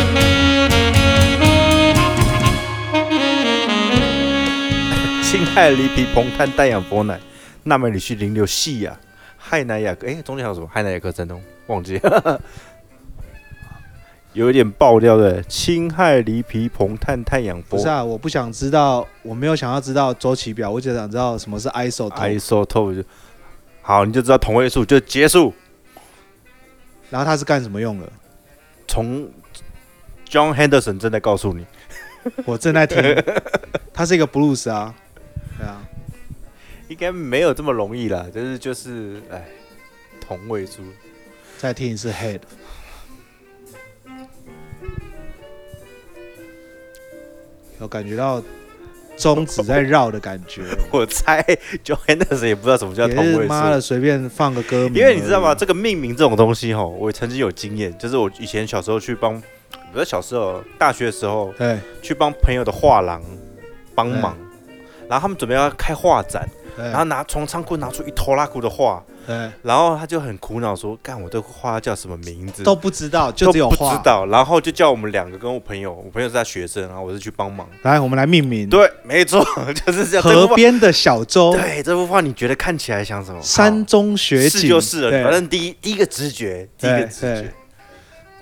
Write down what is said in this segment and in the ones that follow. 泰梨皮蓬炭淡氧佛奶纳美里须零啊流细呀氦奶雅克，哎，中间还有什么氦奶雅克真东忘记了，啊有一点爆掉的氢氦梨皮蓬炭碳氧不氟是啊，我不想知道，我没有想要知道周期表，我只想知道什么是 ISO 头 isotope 就好，你就知道同位素就结束。然后它是干什么用的？从 John Henderson 正在告诉你，我正 在听，它是一个 blues 啊，对啊，应该没有这么容易啦，就是就是，哎，同位素。再听一次 head，有感觉到中指在绕的感觉，我猜 John Henderson 也不知道什么叫也同是位妈素的。随便放个歌名而已，因为你知道吗？这个命名这种东西哈，我曾经有经验，就是我以前小时候去帮，不是小时候，大学的时候对？去帮朋友的画廊帮忙，然后他们准备要开画展，对然后拿从仓库拿出一拖拉库的画，对，然后他就很苦恼说：“干，我这画叫什么名字？”都不知道，就都只有不画知。道，然后就叫我们两个跟我朋友，我朋友是他学生，然后我是去帮忙。来，我们来命名。对，没错， 就是这样。这河幅画边的小舟，对这幅画，你觉得看起来像什么？哦山中好雪哦是景，就是了，对反正第一第一个直觉，第一个对直觉。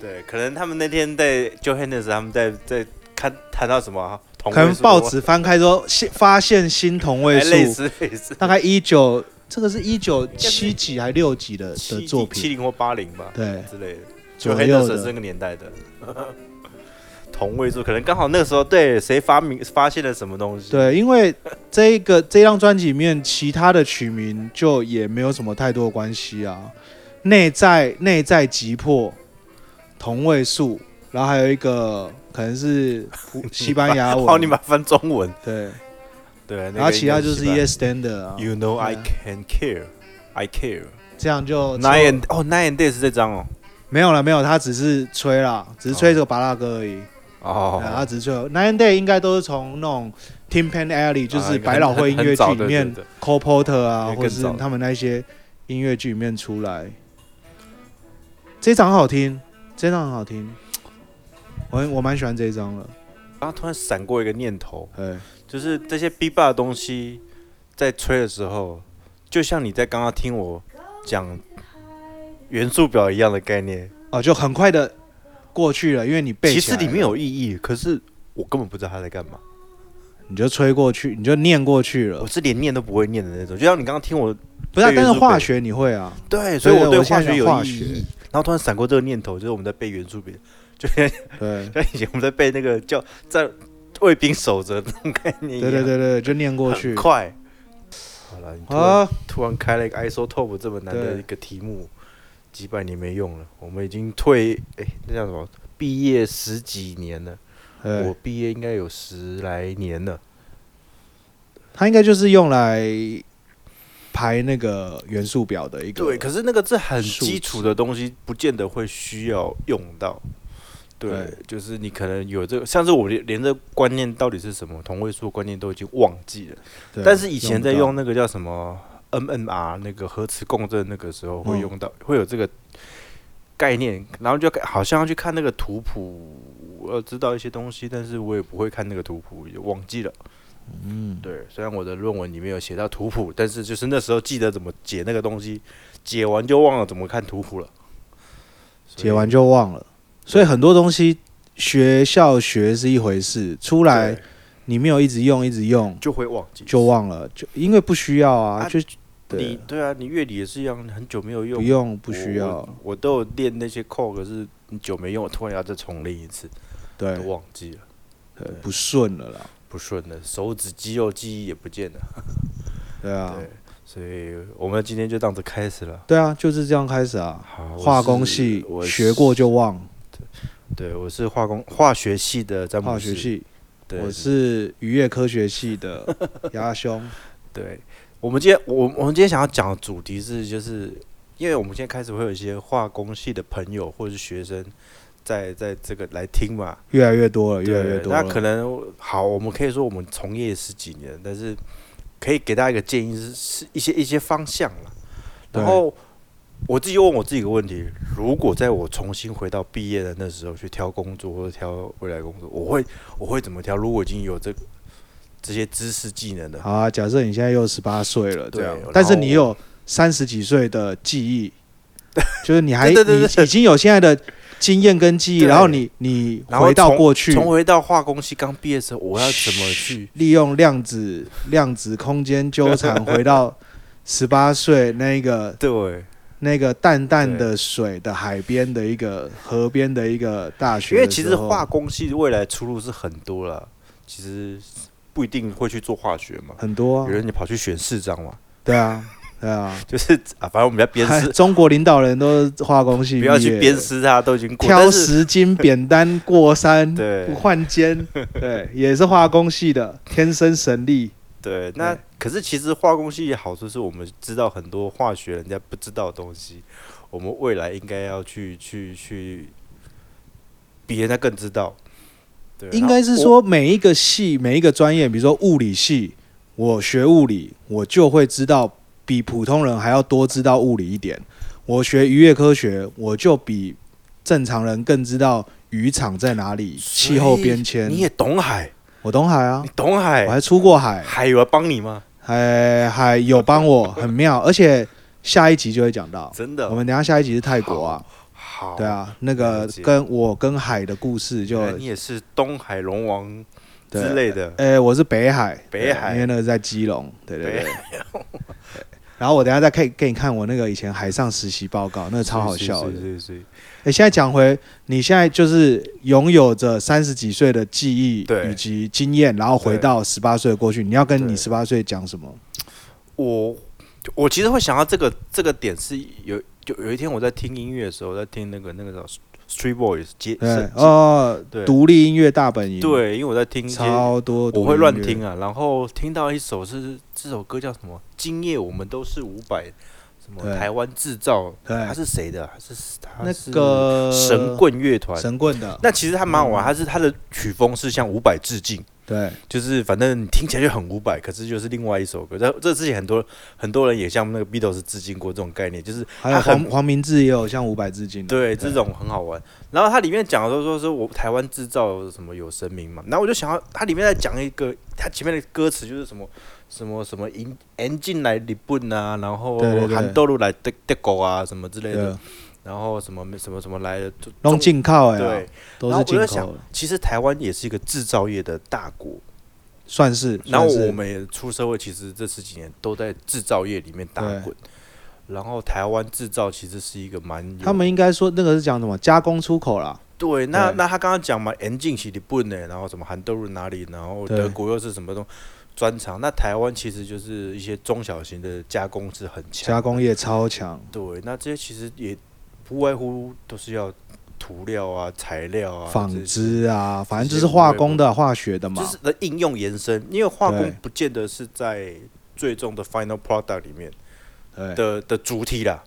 对，可能他们那天在 Johannes 他们在在看谈到什么啊同可位能素报纸翻开说新发现新同哎位类素，似类似大概一九，这个是一九七几还六几的的七作七品，零或八零吧对，之类的。就左黑右的神是那的，个年代的 同位素，可能刚好那个时候对谁发明发现了什么东西，对，因为这一个这张专辑里面其他的曲名就也没有什么太多的关系啊，内在内在急迫，同位素，然后还有一个可能是 葡西班牙文，哦，你把它翻中文，对，对，那个然后其他就是应该 Yes Standard 啊西班牙。You know I 对啊 Oh, can care, I care. 这样就 Nine and 哦，Nine and Day 是这张哦，没有了，没有，他只是吹啦，只是吹这个巴拉歌而已。对啊他哦，只是吹 Nine Day 应该都是从那种 Tim Pan Alley，就是百老汇音乐剧里面啊很早对对对 Cole Porter 啊，也或更者早是他们那些音乐剧里面出来。这张很好听，这张很好听，我我蛮喜欢这一张的。刚刚突然闪过一个念头，对，就是这些 B 霸的东西在吹的时候，就像你在刚刚听我讲元素表一样的概念，哦，就很快的过去了，因为你背其起实来里面了有意义，可是我根本不知道他在干嘛。你就吹过去，你就念过去了我。是连念都不会念的那种，就像你刚刚听我不是啊、背元但是素化表学你会啊？对，所以我对对我现化在学有讲化意学义，然后突然闪过这个念头，就是我们在背元素表， 就像对，像以前我们在背那个叫在卫兵守则那种概念一对样，对对对，就念过很去。快。好了，你突然、啊，突然开了一个 isotope 这么难的对一个题目，几百年没用了，我们已经退哎、那叫什么？毕业十几年了，对我，毕业应该有十来年了。它应该就是用来排那个元素表的一个。对，可是那个是很数基础的东西，不见得会需要用到。对，对就是你可能有这个，像是我连连这个观念到底是什么同位素观念都已经忘记了。对但是以前在用不那个叫什么 NMR 那个核磁共振那个时候会嗯用到，会有这个概念，然后就好像要去看那个图谱，呃，知道一些东西，但是我也不会看那个图谱，也忘记了。到，嗯，对，虽然我的论文里面有写到图谱，但是就是那时候记得怎么解那个东西，解完就忘了怎么看图谱了。所以解完就忘了。所以很多东西学校学是一回事，出来对你没有一直用一直用就会忘记，就忘了，就因为不需要啊，啊就你对，对啊，你乐理也是一样，很久没有用，不用不我需要我，我都有练那些 c o 可是很久没用，我突然要再重练一次，对都，忘记了，对不顺了啦，不顺了，手指肌肉记忆也不见了。对啊，对，所以我们今天就这样子开始了。对啊，就是这样开始啊。好，我化工是系我学是过，就忘，对，我是化工化学系的詹姆斯，化学系对，我是渔业科学系的牙兄，对，我们今天我我们今天想要讲的主题是，就是因为我们现在开始会有一些化工系的朋友或者是学生在在这个来听嘛，越来越多了，越来越对多那了。可能好，我们可以说我们从业十几年，但是可以给大家一个建议是是一些一些方向了。然对后我自己又问我自己一个问题：如果在我重新回到毕业的那时候去挑工作或者挑未来工作，我会我会怎么挑？如果已经有这这些知识技能的。好啊，假设你现在又十八岁了，这对样然后，但是你有三十几岁的 记忆，就是你还对对对对你已经有现在的经验跟记忆，对然后你你然后回到从过去，从回到化工系刚毕业的时候，我要怎么去？利用量子量子空间纠 缠回到十八岁那个对，那个淡淡的水的海边的一个河边的一个大学因的时候，为其实化工系未来出路是很多了，其实不一定会去做化学嘛。很多有啊，人你跑去选市长嘛， 对啊对啊，就是啊，反正我们在鞭嗨尸， 中国领导人都是化工系， 不要去鞭。尸他，都已经过。哎挑但是十斤扁担过山，对 不换肩， 对，也是化工系的，天生神力。对，那对可是其实化工系的好处是我们知道很多化学人家不知道的东西，我们未来应该要去去去比人家更知道。对，应然该后是我说每一个系、每一个专业，比如说物理系，我学物理，我就会知道比普通人还要多知道物理一点；我学渔业科学，我就比正常人更知道渔场在哪里、所气候以变迁你。也懂海，我懂海啊你，懂我海，还出过海，海有要啊帮你吗？还还有帮我，很妙。而且下一集就会讲到，真的哦我，们等一下下一集是泰国啊。好，对，啊，那个了解哎跟我跟海的故事就你也是东海龙王对之类的，呃，我是北海，北对海因为那个在基隆，对对对对。，然后我等一下再可以给你看我那个以前海上实习报告，那个超好笑的是。是是是，哎，现在讲回，你现在就是拥有着三十几岁的记忆对以及经验，然后回对到十八岁的过去，你要跟对你十八岁讲什么？我我其实会想到这个这个点是有就有一天我在听音乐的时候，在听那个那个叫 Street Boys 街对是哦对，独立音乐大本营，，对，因为我在听一些超多，我会乱听。啊，然后听到一首是这首歌叫什么《今夜我们都是伍佰》，什么对台湾制造，对他是谁的？他是他那是个神棍乐团。神嗯棍的，那其实他蛮好玩，他是他的曲风是向伍佰致敬。对就是反正你听起来就很伍佰，可是就是另外一首歌。这这之前很多很多人也向那个 Beatles 致敬过这种概念，就是还有他很黄黄明志也有像五百字经的，对这种很好玩。然后它里面讲的时候说说我台湾制造什么有神明嘛，然后我就想要它里面在讲一个，它前面的歌词就是什么什么什么引引进来日本啊，然后对对对韩豆路来德德国啊什么之类对的，，然后什么什么什么来的就弄进口哎，对，都然是后我进就想口的，其实台湾也是一个制造业的大国。算是。然后算是我们也出社会，其实这十几年都在制造业里面打对滚。然后台湾制造其实是一个蛮有他们应该说那个是讲什么加工出口啦，对，那对那他刚刚讲嘛，n 进是日本呢，然后什么韩豆入哪里，然后对德国又是什么东专长，那台湾其实就是一些中小型的加工是很强。加工业超强。对，那这些其实也不外乎都是要涂料啊、材料啊、纺这些织啊，反正就是化工的、化学的嘛就。是的应用延伸，因为化工对不见得是在最终的 final product 里面。对，的的主体啦。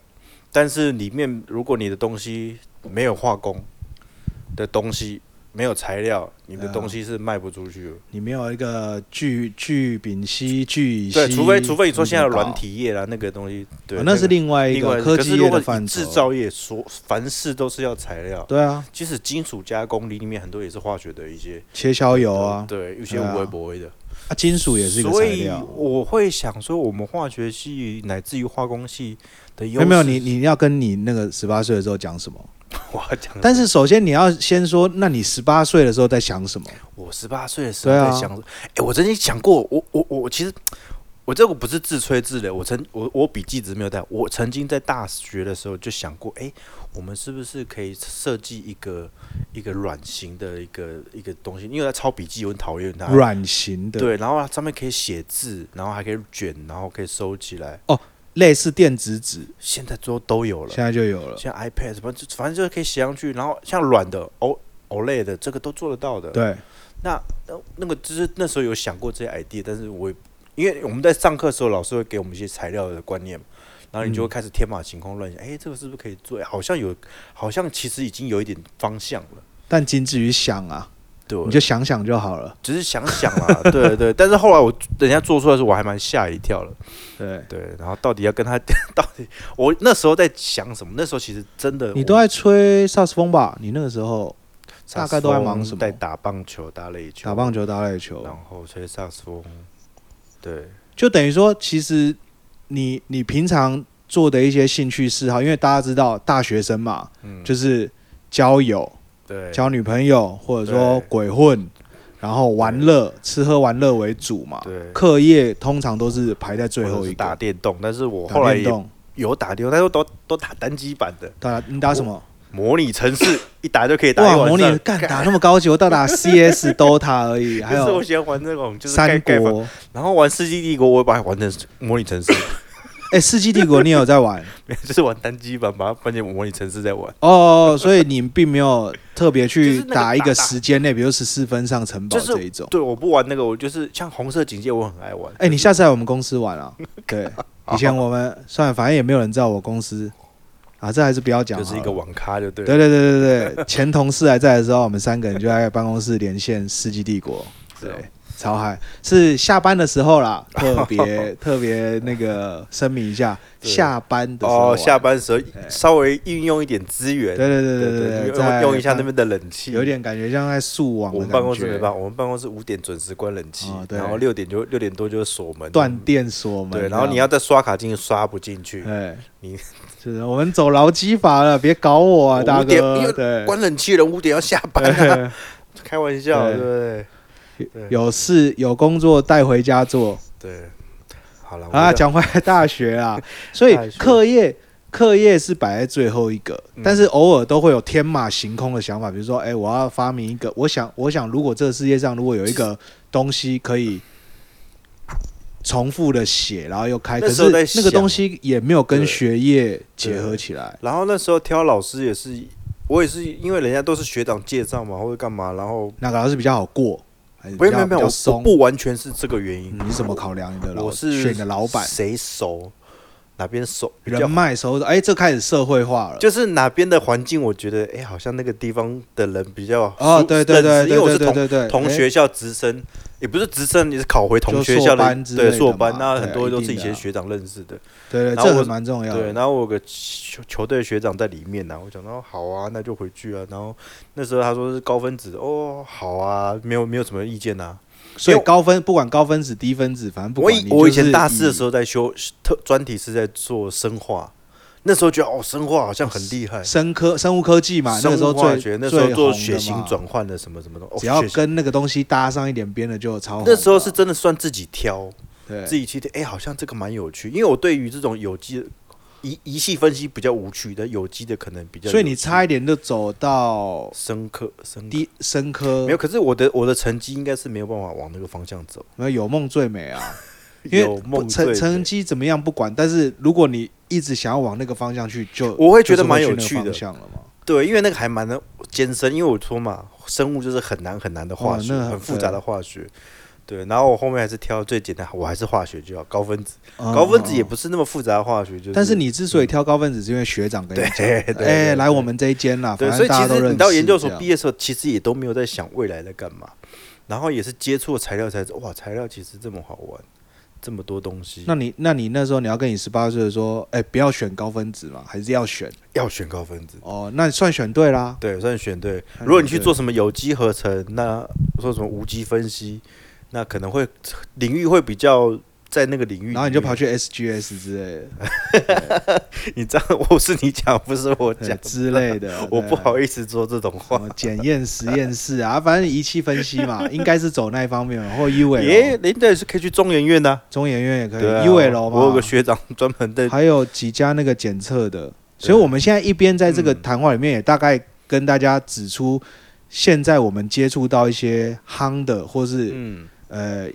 但是里面如果你的东西没有化工的东西，没有材料，你的对啊东西是卖不出去的。你没有一个聚聚丙烯、聚乙烯，对，除非除非你说现在有你搞软，体业啦，那个东西，对，哦那是个另外一另外个一个科技可是如业果的以范制畴。造业所凡事都是要材料，对啊，即使金属加工里里面很多也是化学的一些，切削油啊，对，有些对啊无微不微的。啊，金属也是一个所材以料。啊我会想说，我们化学系乃至于化工系的优势，没有没有，你你要跟你那个十八岁的时候讲什么？ 我要讲的但是首先你要先说，那你十八岁的时候在想什么？我十八岁的时候对啊在想，哎、我曾经想过，我我我其实我这个不是自吹自擂，我曾我我笔记只是没有带，我曾经在大学的时候就想过，哎、我们是不是可以设计一个一个软型的一个一个东西？因为他抄笔记，我很讨厌他。软型的，对，然后它上面可以写字，然后还可以卷，然后可以收起来。类似电子纸，现在都都有了现，在就有了。像 iPad 什么，就反正就是可以写上去。然后像软的 O OLED 的，这个都做得到的。对，那那那个就是那时候有想过这些 idea，但是我也因为我们在上课的时候，老师会给我们一些材料的观念嘛，然后你就会开始天马行空嗯乱想，哎、这个是不是可以做？好像有，好像其实已经有一点方向了。但仅止于想啊，对，你就想想就好了。只是想想啦， 对对对。但是后来我人家做出来的时候，我还蛮吓一跳了。对，对，然后到底要跟他 到底，我那时候在想什么？那时候其实真的你都我在吹萨克斯风吧？你那个时候萨克斯大概都在忙什风么在打棒球、打垒球、打棒球、打垒球，然后吹萨克斯风，对，就等于说，其实你你平常做的一些兴趣嗜好，因为大家知道大学生嘛，嗯，就是交友、对，交女朋友，或者说对鬼混，然后玩乐、吃喝玩乐为主嘛。对，课业通常都是排在最或者后是一个。打电动，但是我打后来电也动，有打电动，但是都都打单机版的打你打什么？模拟城市， 一打就可以打哇一，晚模拟上干打那么高级，我 到打 CS、DOTA 而已，还就是我有喜欢玩那种就是盖三盖房，国。然后玩《世纪帝国》，我也把它玩成模拟城市， 哎，《世纪帝国》你有在玩就是玩单机版，把它搬进模拟城市在玩。哦，所以你并没有特别就是去那个打一打个时间内，比如十四分上城堡就是这一种。对，我不玩那个，我就是像红色警戒，我很爱玩。哎、你下次来我们公司 玩啊？对，以前我们算了，反正也没有人知道我公司啊，这还是不要讲就好了。是一个网咖，就对了。对对对对对，前同事还在的时候，我们三个人就在办公室连线《世纪帝国》，是哦对，超嗨。是下班的时候 啦，特别特别那个声明一下，对下班的时候玩。哎哦，下班时候稍微运用一点资源，对。对对对对对对，用在用一下那边的冷气。有点感觉像在宿网的我们感办公室觉没办法，我们办公室五点准时关冷气哦，对然后六点就六点多就锁门，断电锁门这对，样。然后你要再刷卡进去，刷不进去。哎，你 就是我们走劳基法了，别搞我啊，我大五点因哥。为对，关冷气了，五点要下班啊，对 开玩笑，嗯对对不对？对有事有工作带回家做对，好了啊。我就讲回来大 学啊，所以大学课业课业是摆在最后一个，嗯但是偶尔都会有天马行空的想法，比如说，哎、我要发明一个，我想，我想，如果这个世界上如果有一个东西可以重复的写，然后又开，那可时候是在那想个东西也没有跟对学业结合起来，然后那时候挑老师也是，我也是因为人家都是学长介绍嘛，或者干嘛，然后那个老师比较好过，还是没有比没有没较比有，较我松我。不完全是这个原因嗯，你怎么考量你的老我是选你的老板谁熟，哪边熟比较人脉收入？哎、这开始社会化了。就是哪边的环境，我觉得哎、好像那个地方的人比较哦，熟对对认对识因对为我对是对同对对，同哎学校直升，也不是直升，你是考回同就学校硕班之类对的硕嘛班，那对很多一都定是以的前啊学长认识的。对对，啊然后这我个蛮重要对，的。然后我有个球球队学长在里面呐、啊，我讲到好啊，那就回去啊。然后那时候他说是高分子，哦，好啊，没有没有什么意见呐、啊。所以因为高分不管高分子低分子，反正不我管以你我以就是前大四的时以候哎在修特专题是在做生化，那时候觉得哦，生化好像很厉害，生科生物科技嘛，那生个时候物化最学那时最候做红的血型嘛转换的什么什么的，哦只要血型跟那个东西搭上一点边的就超红的那啊。时候是真的算自己挑，自对己去挑，哎，好像这个蛮有趣，因为我对于这种有机的仪仪器分析比较无趣的，有机的可能比较有趣，所以你差一点就走到生科生科低生科，没有，可是我的我的成绩应该是没有办法往那个方向走，没有有梦最美啊， 因有为不梦成最成美绩怎么样不管，但是如果你一直想要往那个方向去，就我会就觉是得会蛮去有那个趣方的，向了嘛。对，因为那个还蛮的艰深，因为我说嘛，生物就是很难很难的化哦学，那很复杂的化学。对，然后我后面还是挑最简单，我还是化学就好，高分子，嗯高分子也嗯不是那么复杂的化学，就是。但是你之所以挑高分子，是因为学长跟你讲，对对对哎，对来我们这一间啦，对，啊反所以正大其家都实认你识。到研究所这样毕业的时候，其实也都没有在想未来在干嘛，然后也是接触材料才知道，哇，材料其实这么好玩，这么多东西。那你那你那时候你要跟你十八岁的说，哎，不要选高分子嘛，还是要选？要选高分子，哦，那你算选对啦。哎对，算选对。算如果你去选对做什么有机合成，那说什么无机分析，那可能会领域会比较在那个领域。然后你就跑，去 SGS 之 类你知道 我是你讲，不是我的对讲， 之类的， 我不好意意思说这种什话么。检验实验室啊，反正仪器分析 嘛，应该是走那一方面嘛，或 U 耶， L 林队是可以去中研院的啊，中研院也可对啊以，U L 嘛。我有个学长专门在还有几家那个检测的，所以我们现在一边在这个嗯谈话里面也大概跟大家指出，现在我们接触到一些夯的，或是、嗯，呃，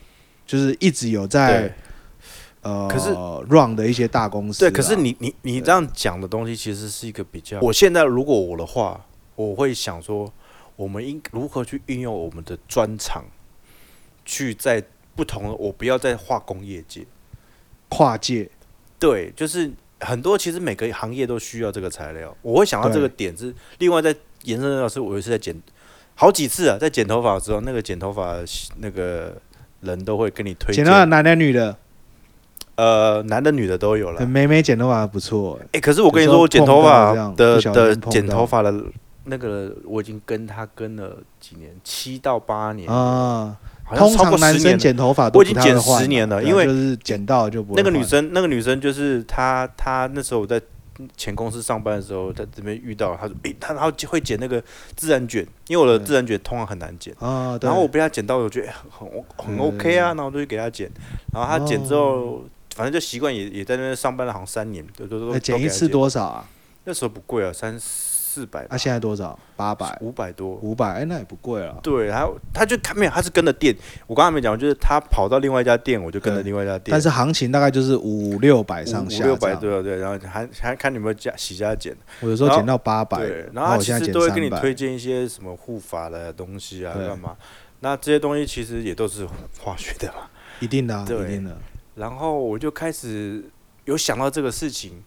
就是一直有对在呃，可是 run 的一些大公司对。啊，可是你你你这样讲的东西，其实是一个比较。我现在如果我的话，我会想说，我们应如何去运用我们的专长，去在不同的，我不要再化工业界。跨界对，就是很多其实每个行业都需要这个材料。我会想到这个点是，另外在延伸到是，我有一次在剪好几次啊，在剪头发的时候，那个剪头发的那个人都会跟你推剪荐头，发男的女的，呃，男的女的都有了。哎、美美剪头发不错，欸可是我跟你说，有时候我剪头发碰到这样的不小心的碰到剪头发的那个我已经跟他跟了几年，七到八年，啊，好像通超过常男十年生了。剪头发都我已经不太会剪换十年了对啊因为就是剪到就不会那个女换生，那个女生就是她，她那时候我在前公司上班的时候，在这边遇到，她说，诶、她她会剪那个自然卷，因为我的对自然卷通常很难剪，啊，对然后我被她剪到，我觉得诶很很嗯 OK 啊，然后我就去给她剪，然后她剪之后，哦反正就习惯也也在那边上班了，好像三年，对对对，那呃哎剪一次都给她多少啊？那时候不贵啊，三四百吧，啊，现在多少？八百、五百多。五百，哎，那也不贵了。对，然后她就她没有，她是跟着店。我刚才没讲，就是她跑到另外一家店，我就跟着对另外一家店。但是行情大概就是五六百五上五下，六百这样对啊对，然后还还看你有没有加洗加减，我有时候然后减到八百对，，然然后后他我其现在实减都会给你三百推。荐一些什么护发的东西啊，对干嘛？那这些东西其实也都是化学的嘛。一定的啊，对一定的。然后我就开始有想到这个事情，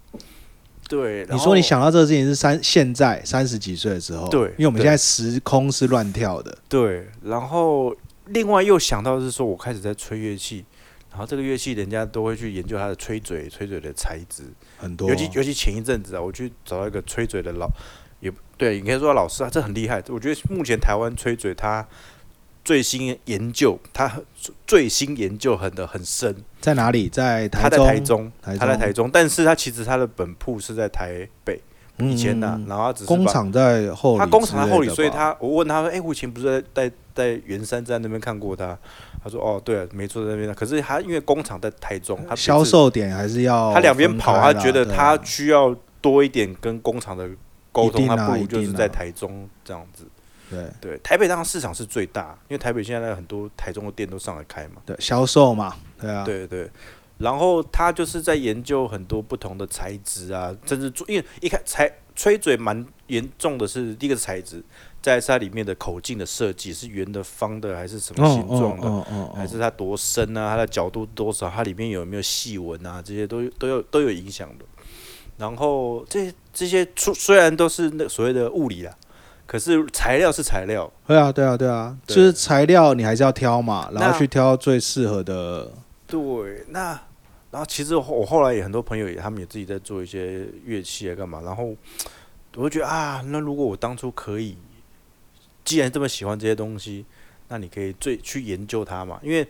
对，然你后说你想到这个事情是三现在三十几岁的时候，对因为我对们现在时空是乱跳的，对，然后另外又想到是说我开始在吹乐器。然后这个乐器，人家都会去研究它的吹嘴、吹嘴的材质，很多尤其尤其前一阵子啊，我去找到一个吹嘴的老，也不对，应该说老师啊，这很厉害。我觉得目前台湾吹嘴他最新研究，他最新研究很的很深，在哪里？在他在中，台中，台他在台中中，但是他其实他的本铺是在台北，以前呢、嗯然后他只是把工厂在后里之类的吧，他工厂在后里，所以他我问他说：“哎、我以前不是在在在圆山站那边看过他？”他说：“哦，对、啊，没错，在那边。”可是他因为工厂在台中，他不是销售点还是要他两边跑，分开他啦觉得对啊他需要多一点跟工厂的沟一通，定啊他不如就一是定啊在台中这样子。对对，台北当然市场是最大，因为台北现在很多台中的店都上来开嘛。对销售嘛，对啊，对对，然后他就是在研究很多不同的材质啊，甚至做，因为一开材吹嘴蛮严重的是第一个是材质，再来是它里面的口径的设计是圆的、方的还是什么嗯，形状的，嗯嗯还是它多深啊，它的角度多少，它里面有没有细纹啊，这些都都有都有影响的。然后这这些虽虽然都是那所谓的物理啦，啊可是材料是材料，对啊，对啊，对啊，对就是材料你还是要挑嘛，然那后去挑最适合的。对，那然后其实我后我后来也很多朋友也他们也自己在做一些乐器啊干嘛，然后我就觉得啊，那如果我当初可以，既然这么喜欢这些东西，那你可以最去研究它嘛，因为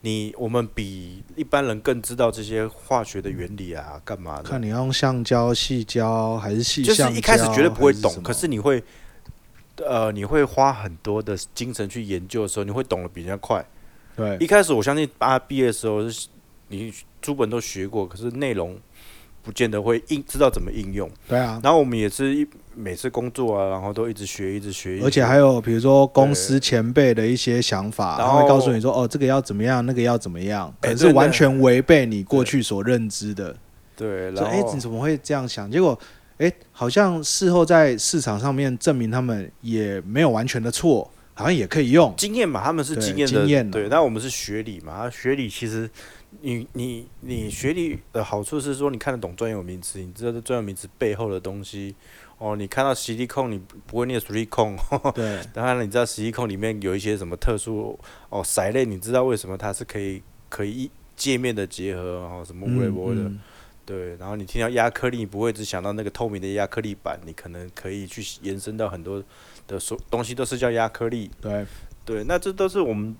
你我们比一般人更知道这些化学的原理啊干嘛的看，你要用橡胶、细胶还是细就橡是胶，一开始绝对不会还什懂，么可是你会。呃，你会花很多的精神去研究的时候，你会懂得比人家快。对一开始我相信大家毕业的时候是你书本都学过，可是内容不见得会应知道怎么应用。对啊，然后我们也是一每次工作啊，然后都一直学，一直学，一直而且学还有比如说公司前辈的一些想法，然他后会告诉你说哦，这个要怎么样，那个要怎么样，哎可对是对完全违背你过去所认知的。对，说然哎后，哦你怎么会这样想？结果哎，好像事后在市场上面证明他们也没有完全的错，好像也可以用。经验嘛，他们是对经验的，经验啊对。那我们是学理嘛，啊学理其实你你你学理的好处是说你看得懂专有名词，你知道这专有名词背后的东西。哦，你看到实力控，你不会念实力控， 对，当然，了，你知道十一控里面有一些什么特殊哦骰类，你知道为什么它是可以可以一界面的结合，然、后什么微波的、嗯嗯对。然后你听到亚克力，你不会只想到那个透明的亚克力板，你可能可以去延伸到很多的所东西都是叫亚克力。对。对，那这都是我们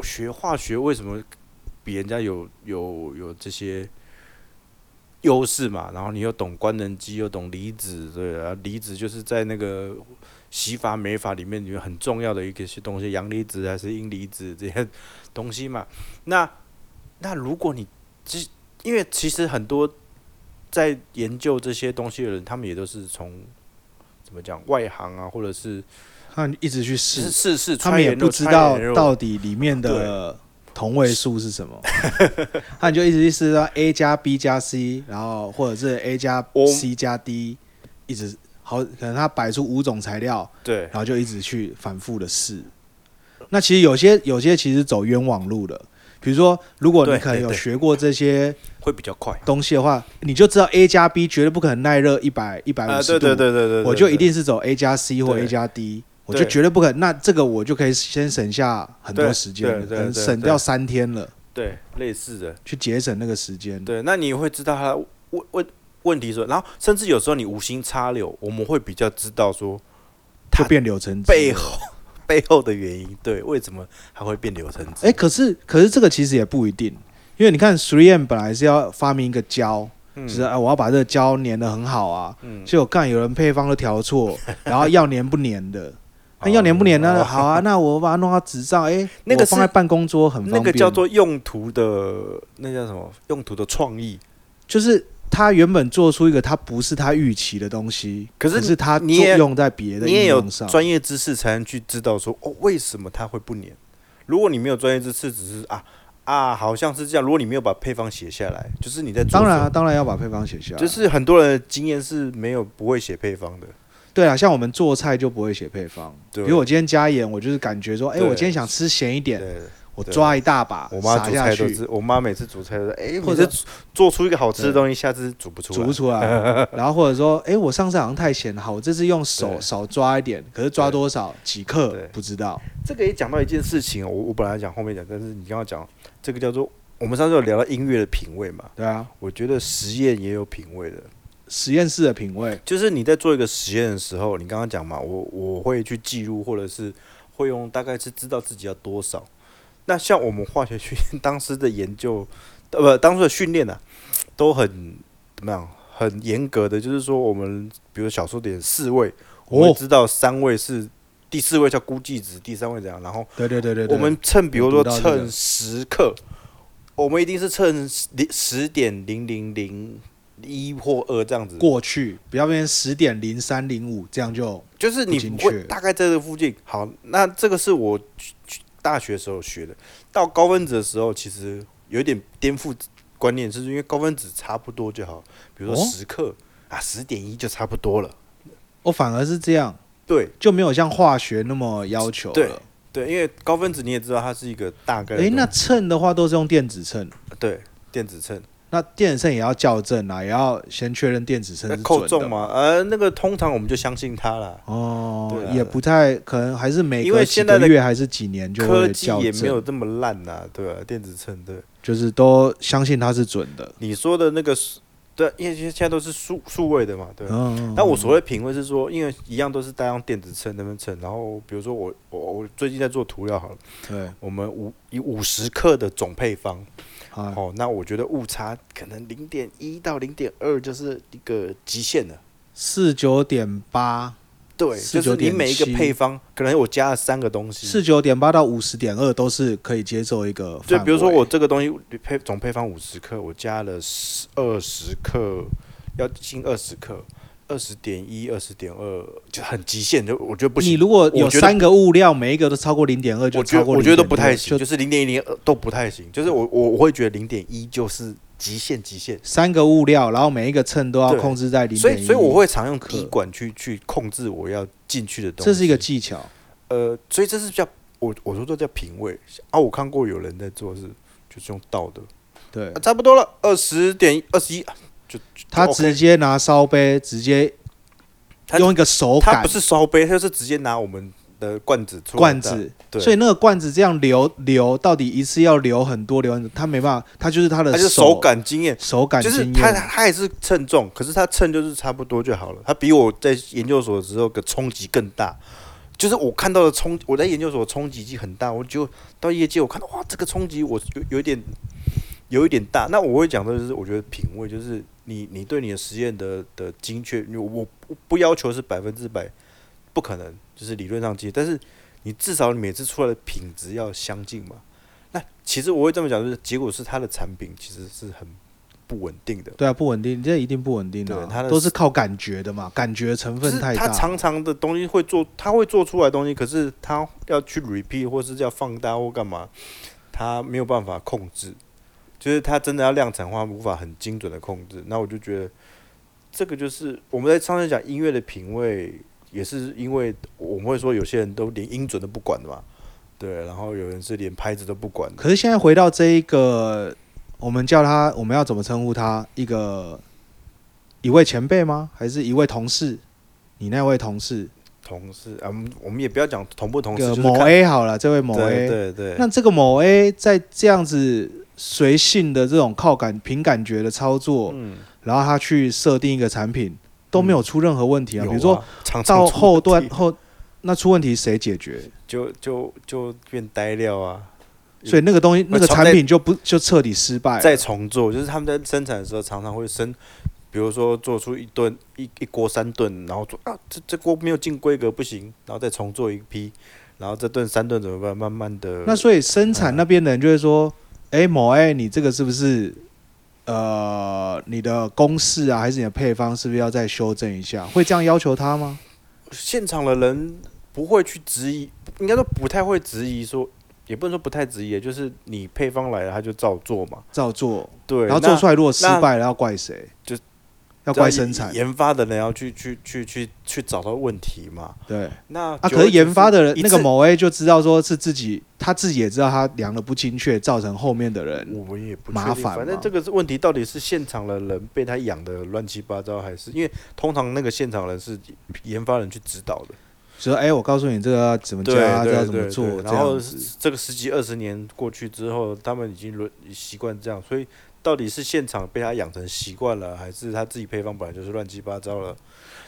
学化学为什么比人家有有有这些优势嘛？然后你又懂官能基，又懂离子，对啊，离子就是在那个洗法美法里面里面很重要的一个些东西，阳离子还是阴离子这些东西嘛。那那如果你其因为其实很多在研究这些东西的人，他们也都是从怎么讲外行啊，或者是他一直去是试，是是，他们也不知道到底里面对的同位素 是什么，他就一直去试到 A 加 B 加 C，然后或者是 A 加我 C 加 D，一直好，可能他摆出五种材料，对然后就一直去反复的试。那其实有些有些其实走冤枉路的，比如说，如果你对可能对有对学过这些会比较快。东西的话，你就知道 A 加 B 绝对不可能耐热一百一百啊，五十对度对，对对对，对我就一定是走 A 加 C 或对 A 加 D，我对就绝对不可能。那这个我就可以先省下很多对时间了，对对可能对省对掉三天了，对类似的，去节省那个时间。对，那你会知道他问问问题说，然后甚至有时候你无心插柳，我们会比较知道说，就变柳橙汁背了。后 背后的原因，对，为什么它会变柳橙汁？哎、可是可是这个其实也不一定，因为你看 Three M 本来是要发明一个胶，嗯就是哎、我要把这个胶粘的很好啊，嗯结果干有人配方都 调错，然后要粘不粘的。那要粘不粘呢？哦好啊，那我把它弄到纸上，哎、那个我放在是办公桌很方那便。个叫做用途的，那叫什么？用途的创意。就是他原本做出一个他不是他预期的东西，可是是他你也作用在别的你也应有用上。专业知识才能去知道说哦，为什么它会不粘？如果你没有专业知识，只是啊啊，好像是这样。如果你没有把配方写下来，就是你在做当然、啊，什当然要把配方写下么来。就是很多人的经验是没有不会写配方的。对啊，像我们做菜就不会写配方，比对如我今天加盐，我就是感觉说，哎、对我今天想吃咸一点，对，我对抓一大把我妈撒煮下菜都去，是，我妈每次煮菜都是，哎，或每者次煮做出一个好吃的东西，下次煮不出煮来不。出 来。然后或者说，哎、我上次好像太咸了，好，我这次用手对少抓一点，可是抓多少几克对不知道。这个也讲到一件事情哦，我我本来讲后面讲，但是你刚刚讲这个叫做我们上次有聊到音乐的品味嘛，对啊，我觉得实验也有品味的，实验室的品味，就是你在做一个实验的时候，你刚刚讲嘛，我我会去记录，或者是会用大概是知道自己要多少。那像我们化学训练当时的研究，呃，不，当时的训练呢、啊，都很怎么样，很严格的，就是说我们比如小数点四位，我们哦，知道三位是第四位叫估计值，第三位怎样，然后对对对对对，我们称，比如说我读到这个称十克，我们一定是称零十点零零零一或二这样子，过去不要变十点零三零五，这样就就是你不精不会确大概在这附近。好，那这个是我去去大学时候学的，到高分子的时候其实有一点颠覆观念，就是因为高分子差不多就好，比如说哦十克、啊，十点一就差不多了。我哦反而是这样，对就没有像化学那么要求对了。对，因为高分子你也知道它是一个大概的诶，东西，那秤的话都是用电子秤，对电子秤。那电子秤也要校正啊，也要先确认电子秤是那准的扣中？嘛，呃，那个通常我们就相信它啦。哦对，啊也不太可能，还是每因隔为几现在个的月还是几年就科会技校也没有正，这么烂呐、对吧、电子秤，对就是都相信它是准的。你说的那个数，对，因为现在都是数数位的嘛，对。嗯，但我所谓品味是说，因为一样都是带用电子秤那边称，然后比如说我我我最近在做涂料好了，对，我们五以五十克的总配方，好，哦，那我觉得误差可能零点一到零点二就是一个极限了。四九点八，对，就是你每一个49.7配方，可能我加了三个东西，四九点八到五十点二都是可以接受一个范围。就比如说我这个东西配总配方五十克，我加了十二十克，要近二十克，二十点一、二十点二，就很极限，就我觉得不你行。如果有我觉得三个物料，每一个都超过零点二，就我觉超得过我觉得都0.2不太行，就就是零点一零呃都不太行，就是我我我会觉得零点一就是极限极限，三个物料，然后每一个秤都要对控制在零所点以一，所以我会常用滴管去去控制我要进去的东西。这是一个技巧。呃，所以这是叫我我说这叫品味啊，我看过有人在做是就是用倒的，对啊，，差不多了，二十点二十一。就就他 OK 直接拿烧杯，直接他用一个手它感不是烧杯，它就是直接拿我们的罐子出来罐的，子，对，所以那个罐子这样流流，到底一次要流很多流很多，他没办法，他就是他的它就是手手感经验，手感就是经它验。它也是称重，可是它称就是差不多就好了。它比我在研究所的时候的冲击更大，就是我看到的冲，我在研究所冲击已经很大，我就到业界我看到哇，这个冲击我有有一点有一点大。那我会讲的就是，我觉得品味就是你你对你的实验的的精确，我我不不要求是百分之百，不可能，就是理论上记，但是你至少你每次出来的品质要相近嘛。那其实我会这么讲，就是结果是它的产品其实是很不稳定的，对啊，不稳定，这一定不稳定的、啊对它的都是靠感觉的嘛，感觉成就分是太它大。常常的东西会做，它会做出来的东西，可是它要去 repeat 或是要放大或干嘛，它没有办法控制，就是它真的要量产化，无法很精准的控制。那我就觉得这个就是我们在上次讲音乐的品味，也是因为我们会说有些人都连音准都不管的嘛，对，然后有人是连拍子都不管的，可是现在回到这一个，我们叫他，我们要怎么称呼他？一个一位前辈吗？还是一位同事？你那位同事，同事啊，我们我们也不要讲同不同一事，就个是某看 A 好了，这位某 A，对对对，那这个某 A 在这样子随性的这种靠感凭感觉的操作，嗯，然后他嗯去设定一个产品，都没有出任何问题啊。比如说常常到出后问段题后那出问题谁解决？就就就变呆料啊。所以那个东西，那个藏在产品就不就彻底失败了。再重做，就是他们在生产的时候常常会生，比如说做出一顿一一锅三顿，然后做啊这这锅没有进规格不行，然后再重做一批，然后这顿三顿怎么办？慢慢的，那所以生产那边的人就会说：“哎、某哎，你这个是不是呃你的公式啊，还是你的配方是不是要再修正一下？”会这样要求他吗？现场的人不会去质疑，应该说不太会质疑说。也不能说不太质疑，就是你配方来了，他就照做嘛。照做，对，然后做那出来如果失败了，要怪谁？就要怪生产。研发的人要去去去去去找到问题嘛。对那啊，久可而是久研发之的人一那个次某 A 就知道说是自己，他自己也知道他量的不精确，造成后面的人我们也不确麻定烦反正嘛这个是问题，到底是现场的人被他养的乱七八糟，还是因为通常那个现场人是研发人去指导的？说：“哎、我告诉你这个要怎么对加，这对要怎对么做。对这然后样子这个十几二十年过去之后，他们已经轮习惯这样，所以到底是现场被他养成习惯了，还是他自己配方本来就是乱七八糟了？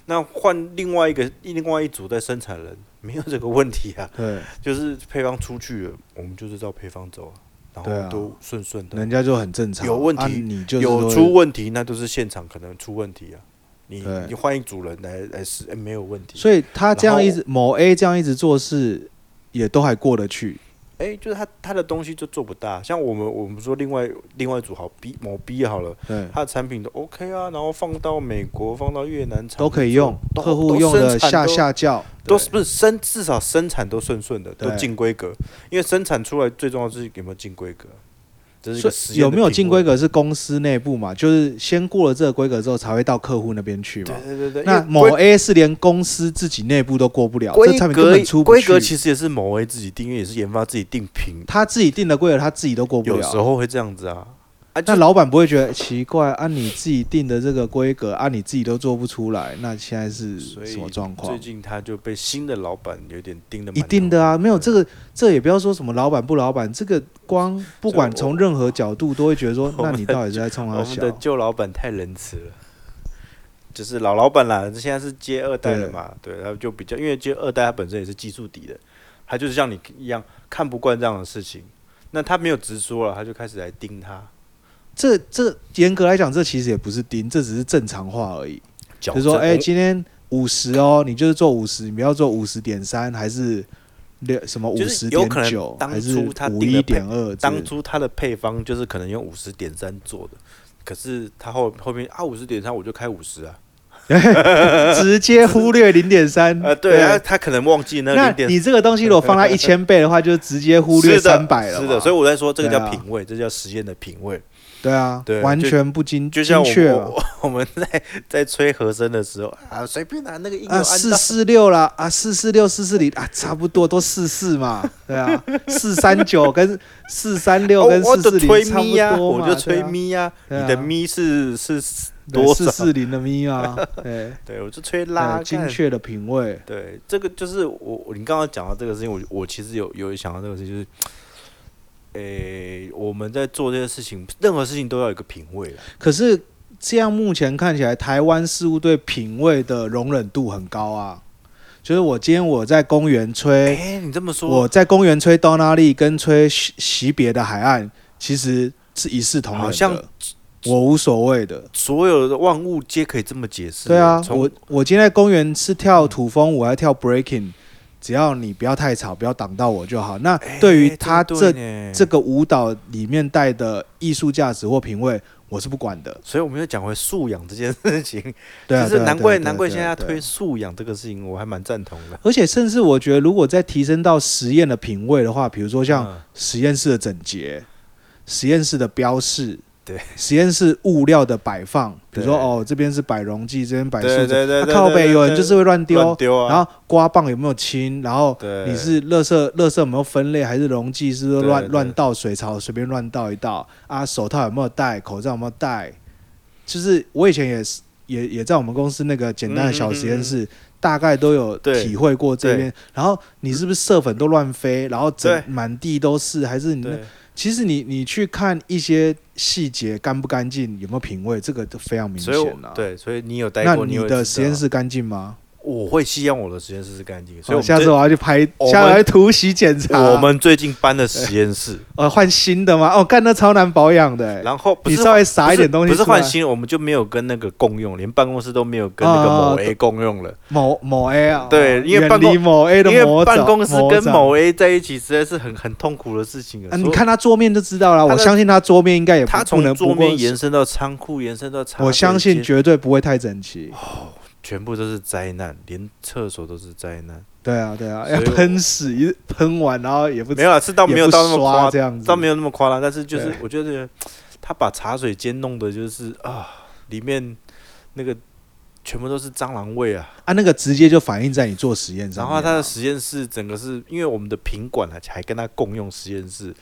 那换另外一个另外一组在生产人没有这个问题啊，对，就是配方出去了，我们就是照配方走啊，然对后啊都顺顺的。人家就很正常。有问题啊、你就是有说出问题，那就是现场可能出问题啊。你对你换一组人来来试，哎、没有问题。所以他这样然后一直某 A 这样一直做事，也都还过得去。哎、就是他他的东西就做不大。像我们我们说另外另外一组好 B 某 B 好了，对，他的产品都 OK 啊，然后放到美国、放到越南厂都可以用，都客户都用的生产下都下教都对是不是生至少生产都顺顺的，都对进规格。因为生产出来最重要就是有没有进规格，这是一个实所以验的有没有进规格？格是公司内部嘛，就是先过了这个规格之后才会到客户那边去嘛对。对对对，因那为某规 A 是连公司自己内部都过不了，这产品规根本格出不规去格。其实也是某 A 自己定，因为也是研发自己定评他自己定的规格，他自己都过不有时了。候会这样子啊，啊，那就老板不会觉得奇怪啊？你自己定的这个规格啊，你自己都做不出来，那现在是所以什么状况最？近他就被新的老板有点盯的，一定的啊，没有这个，这也不要说什么老板不老板，这个光不管从任何角度都会觉得说， 我那们你到底是在冲我他们小的？旧老板太仁慈了，就是老老板啦，现在是接二代了嘛，对，他就比较因为接二代他本身也是技术底的，他就是像你一样看不惯这样的事情，那他没有直说了，他就开始来盯他，这这严格来讲，这其实也不是盯，这只是正常化而已。就就是说，哎、今天五十哦，你就是做五十，你不要做五十点三，还是六什么五就是十有点可能九，当还是初他五定一的点二？当初他的配方就是可能用五十点三做的，可是他后后面啊五十点三我就开五十啊，直接忽略零点三， 呃对啊，他可能忘记那嗯那零点你这个东西如果放在一千倍的话，就直接忽略 是的三百了嘛。是的，所以我在说这个对叫啊品味，这叫实验的品味。对啊，对完就全不精就像精我确啊们了。我我们在在吹和声的时候啊，随便拿那个音有啊，按四到四六啦，啊，四四六、四四零啊，差不多都四四嘛， 对啊，四三九跟四三六哦跟我四四的吹零差咪不呀，多嘛，我就吹咪呀，对啊你的咪是是对多啊，四少？四零的 咪啊，对，对，我就吹对拉精干确的品味，对，这个就是我我你刚刚讲到这个事情，我我其实有有想到这个事情，就是，诶、我们在做这些事情，任何事情都要有一个品味啦。可是这样目前看起来，台湾似乎对品味的容忍度很高啊，就是我今天我在公园吹。诶、你这么哎说我，在公园吹刀那利跟吹惜惜别的海岸其实是一视同仁的，好像我无所谓的。所有的万物皆可以这么解释。对啊，从我我今天在公园是跳土风舞还是跳 breaking，只要你不要太吵，不要挡到我就好。那诶对于他哎对这呢这个舞蹈里面带的艺术价值或品味，我是不管的。所以我们又讲回素养这件事情， 对啊，就是对啊难怪对啊对啊难怪现在要对啊推素养这个事情，我还蛮赞同的。而且甚至我觉得，如果再提升到实验的品味的话，比如说像嗯实验室的整洁、实验室的标示，对，实验室物料的摆放，比如说对哦，这边是摆溶剂，这边摆对树脂，对对那对，靠对北对有人就是会乱乱丢，丢啊，然后刮棒有没有清，然后对你是垃圾垃圾有没有分类，还是溶剂是不是乱对对乱倒水槽随便乱倒一倒啊？手套有没有戴？口罩有没有戴？就是我以前也是也也在我们公司那个简单的小实验嗯室，大概都有对体会过这边。然后你是不是色粉都乱飞，然后整对满地都是，还是你那对，其实你你去看一些细节干不干净，有没有品味，这个都非常明所以显我啊。，对，所以你有待那过，你有知的实验道，室干净吗？我会希望我的实验室是干净的，所以我们所以哦下次最我要去拍，我们下次我要去突袭检查。我们最近搬的实验 室，呃换新的吗？哦，干那超难保养的、欸，然后不你是稍微撒一点东西不是不出是换来新，我们就没有跟那个共用，连办公室都没有跟那个某啊 A 共用了，某某 A 啊，对哦因为远办公离某 A 的因为魔掌办公室魔跟掌某 A 在一起实在是很很痛苦的事情了。啊，所以你看他桌面就知道了，他我的相信他桌面应该也不他不能从桌不过面延伸到仓库，延伸到茶我相信水间绝对不会太整齐。全部都是灾难，连厕所都是灾难。对啊，对啊，所以要我喷屎，一喷完然后也不没有啦，是到也没有不到那么刷夸这样子，倒没有那么夸张，但是就是对我觉得他把茶水间弄的就是啊，里面那个全部都是蟑螂味啊。啊，那个直接就反映在你做实验上然面后啊。他的实验室整个是因为我们的品管啊，还跟他共用实验室，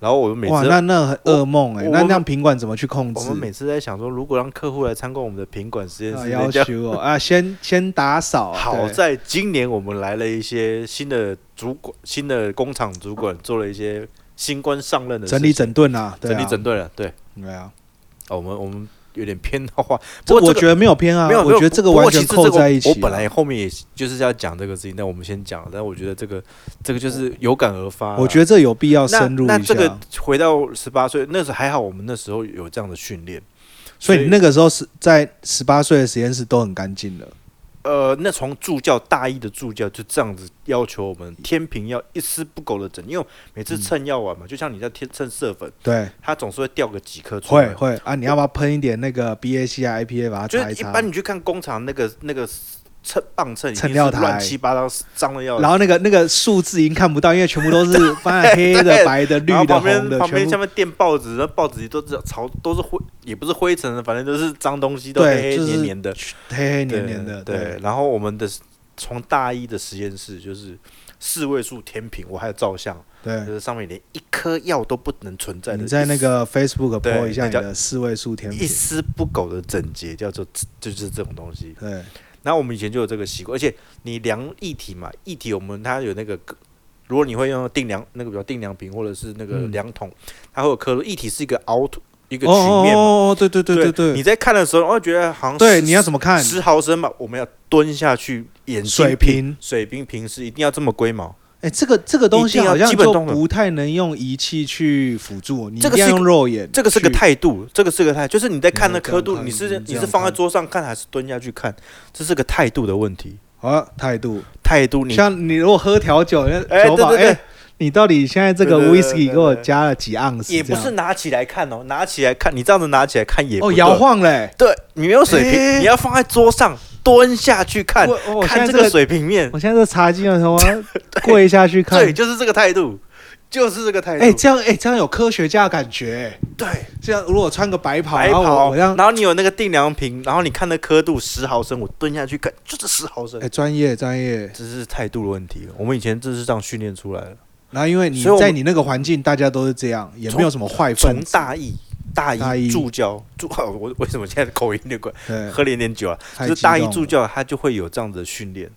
然后我们每哇，次那那很噩梦哎、我那我那样品管怎么去控我制们？每次在想说，如果让客户来参观我们的品管实验啊室，要人家求哦啊，先先打扫。 啊好对在今年我们来了一些新的主管、新的工厂主管，做了一些新官上任的整理事整顿啊，情对啊整理整顿了，对。对啊。哦，我们我们有点偏的话，这不过这我个觉得没有偏啊，没有，我觉得这个不过完全其实扣这个在一起啊。我本来后面也就是要讲这个事情，但我们先讲了。但我觉得这个这个就是有感而发啦。我觉得这有必要啊那深入一下。那这个回到十八岁，那时候还好，我们那时候有这样的训练，所以你那个时候是在十八岁的实验室都很干净了。呃，那从助教大一的助教就这样子要求我们天平要一丝不苟的整，因为每次称药丸嘛，就像你在天称色粉，对，它总是会掉个几颗出来会。会啊，你要不要喷一点那个 BAC 啊 IPA 把它就擦是一擦？般你去看工厂那个那个秤磅秤，称料台乱七八糟脏的要死然后那个那个数字已经看不到，因为全部都是放在黑 的、对白的、绿然后的、旁边红的，旁边全下部面垫报纸，那报纸里都是潮，都是灰，也不是灰尘的，反正都是脏东西，都对黑黑就是黏黏的，黑黑对黏黏的。对对，，然后我们的从大一的实验室就是四位数天平，我还有照相，就对，是上面连一颗药都不能存在的，哎你在那个 Facebook 对 po 一下那你叫的四位数甜一丝一品。丝不苟的整洁，叫做就是这种东西。对，然后我们以前就有这个习惯，而且你量液体嘛，液体我们它有那个，如果你会用定量那个比较定量瓶或者是那个嗯量筒，它会有刻度。液体是一个凹凸一个哦曲面嘛，哦哦，对对对对你对，在看的时候，哦，觉得好像对， 10你要怎么看？十毫升嘛，我们要蹲下去，眼睛水平。水平平视，一定要这么龟毛。哎，这个这个东西一定要好像基本就动作不太能用仪器去辅助，你一这个定要是一用肉眼去。嗯这个是个态度，这个是个态，就是你在看那你要这刻样度，看你你这是样你是放在看桌上看还是蹲下去看，这是个态度的问题。啊态度，态度你，像你如果喝调酒，那哎，酒对保对对哎，，你到底现在这个对对对对 whisky 对给我加了几盎司？也不是拿起来看哦，拿起来看，你这样子拿起来看也哦，不摇对，晃嘞。对，你没有水哎哦平，你要放在桌上蹲下去看，我我看现在这这个个，水平面，我现在这茶几的时候，我要跪下去看 对，。就是这个态度，就是这个态度。哎，这样哎，这样有科学家的感觉。哎对，这样如果我穿个白袍，白然后啊我袍，我让然后你有那个定量瓶，然后你看那刻度十毫升，我蹲下去看就是十毫升哎，专业专业。这是态度的问题。我们以前就是这样训练出来的。然后因为你所以我们在你那个环境，大家都是这样，也没有什么坏从分子。哎大一，大一大一助 教助，我为什么现在口音有点怪？对，喝了一点酒啊，太就是大激一动助了。教他就会有这样子的训练，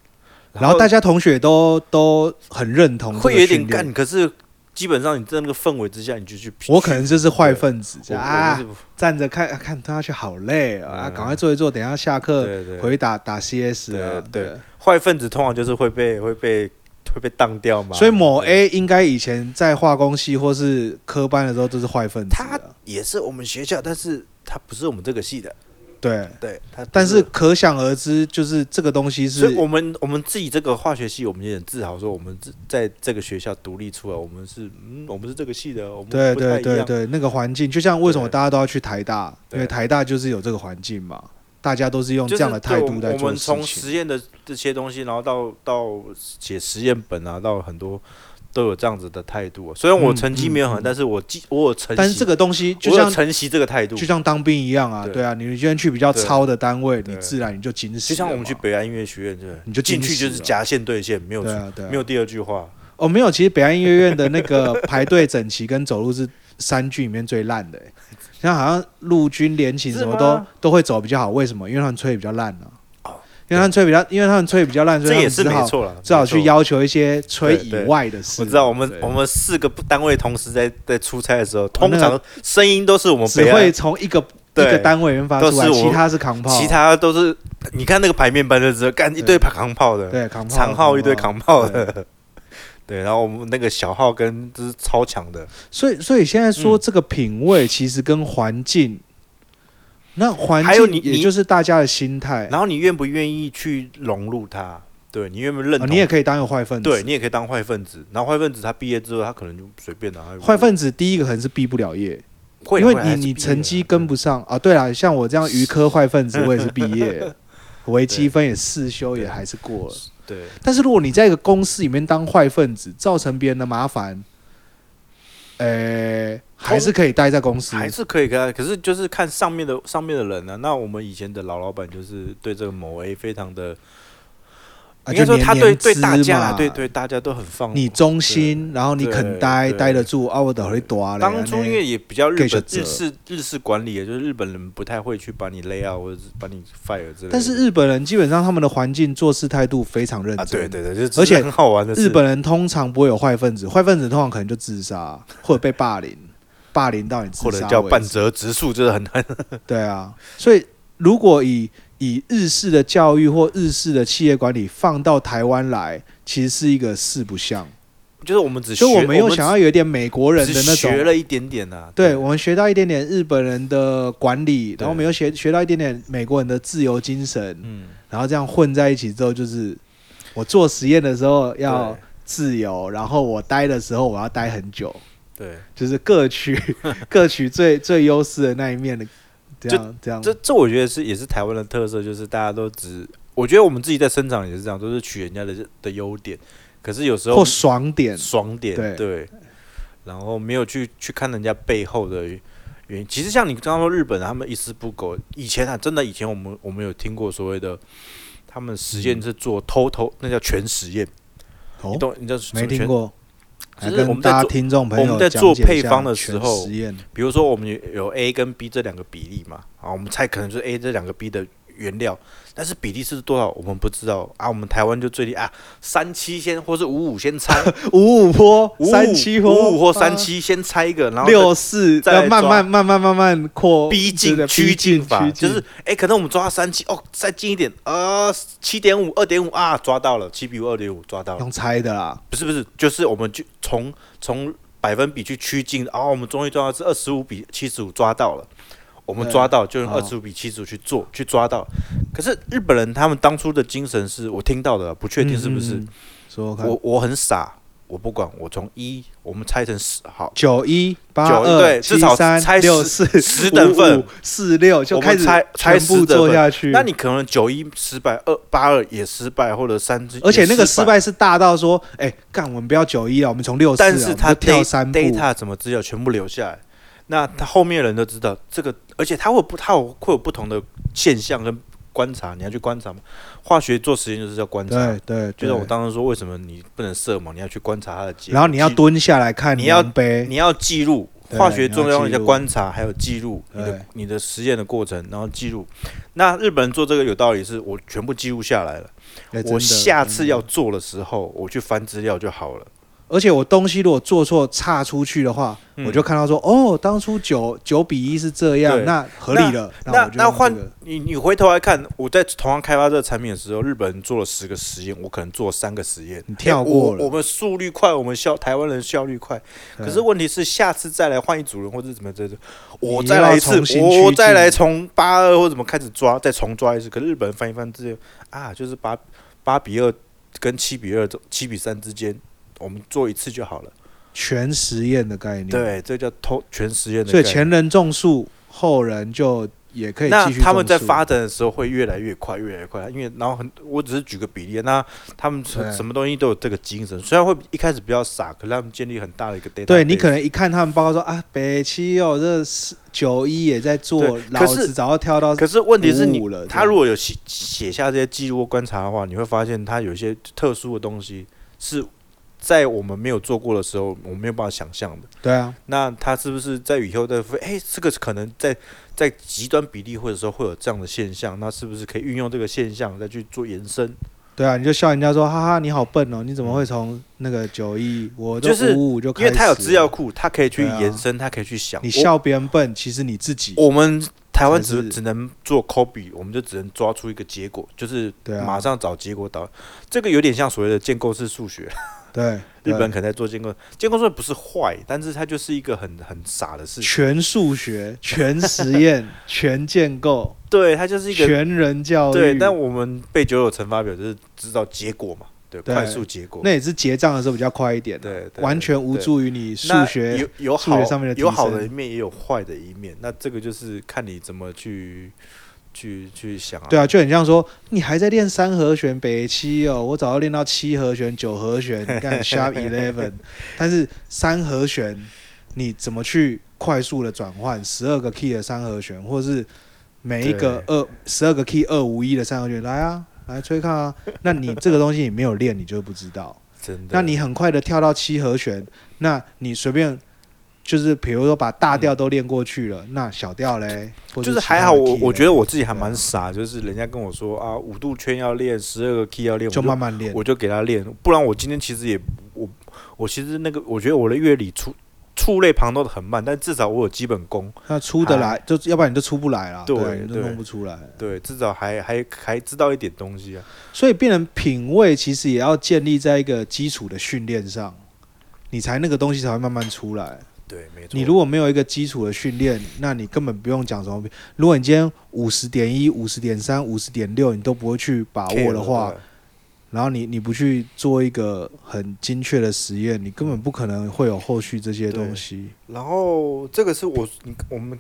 然后大家同学都都很认同这个训练，会有一点干，可是基本上你在那个氛围之下，你就去。我可能就是坏分子这我样我啊就，是站着看看他去好累啊，嗯赶快坐一坐，等一下下课对对，回打打 CS 啊，对对坏分子通常就是会被会被会被当掉嘛。所以某对 A 应该以前在化工系或是科班的时候都是坏分子啊，他也是我们学校，但是他不是我们这个系的，对，对他不。但是可想而知，就是这个东西所是以我们我们自己这个化学系，我们也很自豪，说我们自在这个学校独立出来，我们是嗯，我们是这个系的，我们对不太对一对样对，那个环境就像为什么对大家都要去台大，因为对台大就是有这个环境嘛，大家都是用就这是样的态对度我在我做们事从情。实验的这些东西，然后到到写实验本啊，到很多都有这样子的态度、啊。虽然我嗯成绩没有很，嗯嗯但是我记我有承袭，但是这个个东西就我有像承袭这个态度，就像当兵一样啊，对对啊，你今天去比较对糙的单位，对你自然你就紧死就了嘛。像我们去北安音乐学院，对，你就进进去去就是了夹线对线，没有对出啊对啊，没有第二句话，哦没有，其实北安音乐院的那个排队整齐跟走路是三句里面最烂的、欸，像好像陆军联勤什么是都吗都会走比较好，为什么？因为他们吹比较烂啊哦，因为他们吹比较，因为他们吹比较烂，所这以他也们是只没好错了，只好没错去要求一些吹对以对外的事。我知道，我们对哦我们四个单位同时在在出差的时候，那通个常声音都是我们只北安会从一个一个对单位研发出来，都是我其他是扛炮，其他都是你看那个牌面班就知道，干一堆扛炮的，对扛炮， 长号哦一堆扛炮的， 对，然后我们那个小号跟就是超强的，所以，所以现在说嗯这个品味其实跟环境，那环还有你境也你就是大家的心态。然后你愿不愿意去融入它？对你愿不愿意认啊同？你也可以当一个坏分子。对，你也可以当坏分子，然后坏分子他毕业之后，他可能就随便拿。坏分子第一个可能是毕不了业，会，因为会还是你你毕业成了绩跟不上啊。对啦，像我 这样余科坏分子，我也是毕业，微积分也四修也对还是过了。对，但是如果你在一个公司里面当坏分子，造成别人的麻烦，呃，还是可以待在公司。还是可以跟他，可是就是看上面的上面的人呢、啊那我们以前的老老板就是对这个某 A 非常的，啊应该就说他年对年对大资家，嘛对对大家都很放。你忠心，然后你对肯待，对待得住，啊，我等会多了。当初因为也比较日给小本折日式日式管理，也就是日本人不太会去把你 lay out 或者是把你 fire 之类的。但是日本人基本上他们的环境做事态度非常认真。啊，对对对，就而且很好玩的是日本人通常不会有坏分子，坏分子通常可能就自杀或者被霸凌，霸凌到你自杀或为止者叫半折直树，就是很 很对啊，所以如果以以日式的教育或日式的企业管理放到台湾来，其实是一个四不像。就是我们只学所以我们又只想要有一点美国人的那只种学了一点点啊。对，我们学到一点点日本人的管理，然后我们对又学学到一点点美国人的自由精神，嗯，然后这样混在一起之后，就是我做实验的时候要对自由，然后我待的时候我要待很久，对，就是各取 各取最最优势的那一面的，这样这样这这我觉得是也是台湾的特色，就是大家都只，我觉得我们自己在生长也是这样，都是取人家的的优点，可是有时候或爽点，爽点对然后没有去去看人家背后的原因。其实像你刚刚说日本，他们一丝不苟，以前啊，真的以前我们我们有听过所谓的。他们实验是做偷偷，那叫全实验，嗯哦你，懂？你知道什么没听全过。就是来跟我们在大家做听众朋友我们在讲做解一下配方的时全候实验比如说我们有有 A 跟 B 这两个比例嘛，啊，我们猜可能就是 A 这两个 B 的原料，但是比例是多少我们不知道啊。我们台湾就最低啊，三七先或是五五先猜， 五五坡、五三七坡、五五或啊三七先猜一个，然后六四，再要来慢抓慢慢慢慢慢扩逼哦对近的趋逼近法，趋就近是哎，可能我们抓到三七哦，再近一点，呃，七点五、二点五啊，抓到了，七比五、二点五抓到了，用猜的啦。不是不是，就是我们就从从百分比去趋近，哦，我们终于抓到是二十五比七十五抓到了，我们对抓到就用哦二十五比七十五去做、去抓到。可是日本人他们当初的精神是我听到的，啊不确定是不是，嗯？嗯嗯说说看，我我很傻，我不管，我从一我们拆成十好。九一八九二对七至少三猜六四十十等份四六就我们开始猜猜全部10等做份下去。那你可能九一失败，二八二也失败，或者三只，而且那个也失。败是大到说，哎，干我们不要九一了，我们从六四啊，但是他我们就跳 data- 三步。 data 怎么资料全部留下来，那他后面的人都知道这个，而且他会有不，他有会有不同的现象跟观察，你要去观察嘛。化学做实验就是要观察，对对，就像对我当时说，为什么你不能射嘛？你要去观察它的结果，然后你要记，蹲下来看你要量杯，你要记录对化学作你要用，记录要观察，还有记录你对的你的实验的过程，然后记录。那日本人做这个有道理，是我全部记录下来了，哎真我的下次真的要做的时候，我去翻资料就好了。而且我东西如果做错差出去的话，嗯我就看到说，哦，当初九九比一是这样，对那合理了。那我就那用换这个哎你，你回头来看，我在同样开发这个产品的时候，日本人做了十个实验，我可能做三个实验。你跳过了嗯我我们速率快，我们效台湾人效率快。对可是问题是，下次再来换一组人，或者怎么这这，我你再又要来一次重新，趋我近再来从八二或怎么开始抓，再重抓一次。可日本人翻一翻之后啊，就是八八比二跟七比二、七比三之间，我们做一次就好了。全实验的概念，，对，这叫偷全实验的概所以念。前人种树，后人就也可以那继续。他们在发，展的时候会越来越快，越来越快，因为然后很，我只是举个比例，啊那他们对什什么东西都有这个精神，虽然会一开始比较傻，可是他们建立很大的一个 data。对你可能一看他们报告说啊，北七哦，这是九一也在做对，老可子是早就跳到可是问题是你五了这样他如果有写写下这些记录或观察的话，你会发现他有一些特殊的东西是在我们没有做过的时候，我们没有办法想象的。对啊，那他是不是在以后的哎、这个可能在在极端比例或者说会有这样的现象，那是不是可以运用这个现象再去做延伸？对啊，你就笑人家说哈哈，你好笨哦，你怎么会从那个九一，我嗯都就是五五就开因始，为他有资料，库，他可以去对啊延伸，他可以去想。你笑别人笨，其实你自己我我们台湾才只是只能做 copy，我们就只能抓出一个结果，就是对啊马上找结果导。这个有点像所谓的建构式数学，对，日本对可能在做建构，建构式不是坏，但是它就是一个很很傻的事情。全数学、全实验、 全建构、对，它就是一个全人教育，对，但我们背九九乘法表就是知道结果嘛，对，对快速结果。那也是结账的时候比较快一点的，对，对完全无对助于你那数学。有有数学好上面的提有好升的一面，也有坏的一面。那这个就是看你怎么去去去想啊。对啊，就很像说你还在练三和弦北七哦，我早就练到七和弦、九和弦，你看 sharp eleven，但是三和弦你怎么去快速的转换十二个 key 的三和弦，或是每一个二十二个 key 二五一的三和弦，来啊，来吹看啊，那你这个东西你没有练，你就不知道。真的。那你很快的跳到七和弦，那你随便就是比如说把大调都练过去了，那小调嘞，或就是是其还他好的我，我 key 觉嘞得我自己啊还蛮傻，就是人家跟我说啊，五度圈要练，十二个 key 要练，就我就慢慢练。我就给他练，不然我今天其实也我我其实那个我觉得我的乐理触触类旁通的很慢，但至少我有基本功，那出得来，就要不然你就出不来了，对对，你就对弄不出来。对，至少还还还知道一点东西啊。所以，变成品味其实也要建立在一个基础的训练上，你才那个东西才会慢慢出来。对，没错。你如果没有一个基础的训练，那你根本不用讲什么。如果你今天五十点一、五十点三、五十点六，你都不会去把握的话，然后你你不去做一个很精确的实验，你根本不可能会有后续这些东西。然后这个是我你我们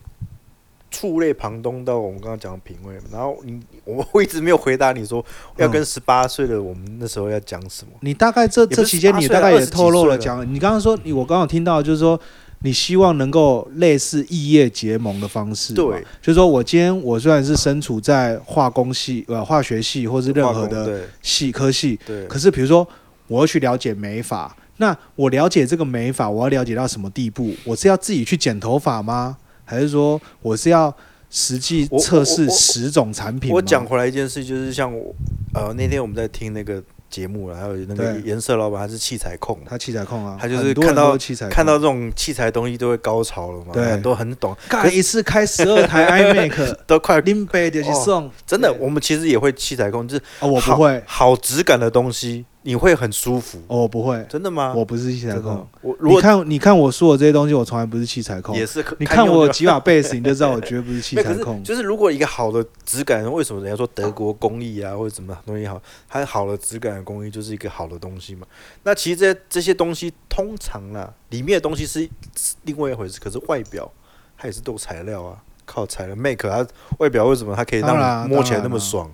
触类旁通到我们刚刚讲的品味，然后你我我一直没有回答你说要嗯跟十八岁的我们那时候要讲什么。你大概这不是这期间， 18你岁大啊概20也几透露岁了了讲，你刚刚说你我刚刚有听到就是说。你希望能够类似异业结盟的方式嘛，对就是说我今天我虽然是身处在化工系、呃化学系或是任何的对系科系，对，可是比如说，我要去了解美发，那我了解这个美发，我要了解到什么地步？我是要自己去剪头发吗？还是说我是要实际我测试我我十种产品吗？我讲回来一件事，就是像我呃那天我们在听那个节目，然后有那个对颜色老板他是器材控嘛，他器材控啊，他就是很多人看到都是器材控看到这种器材东西都会高潮了嘛，对很多很懂，可干是一次开十二台 iMac，都快林北就是送、真的，对我们其实也会器材控，就是哦，我不好会，好质感的东西，你会很舒服，哦，我不会，真的吗？我不是器材真的控吗。我如你果看，你看我说的这些东西，我从来不是器材控。也是可，你看我用有就几瓦贝斯，你就知道我绝对不是器没有材可 控嗯是。就是如果一个好的质感，为什么人家说德国工艺啊，或者什么东西好，它好的质感的工艺就是一个好的东西嘛？那其实这些这些东西通常啦，里面的东西是是另外一回事，可是外表它也是都有材料啊，靠材料 make 它外表为什么它可以当然让啊你摸起来当那然啊么爽？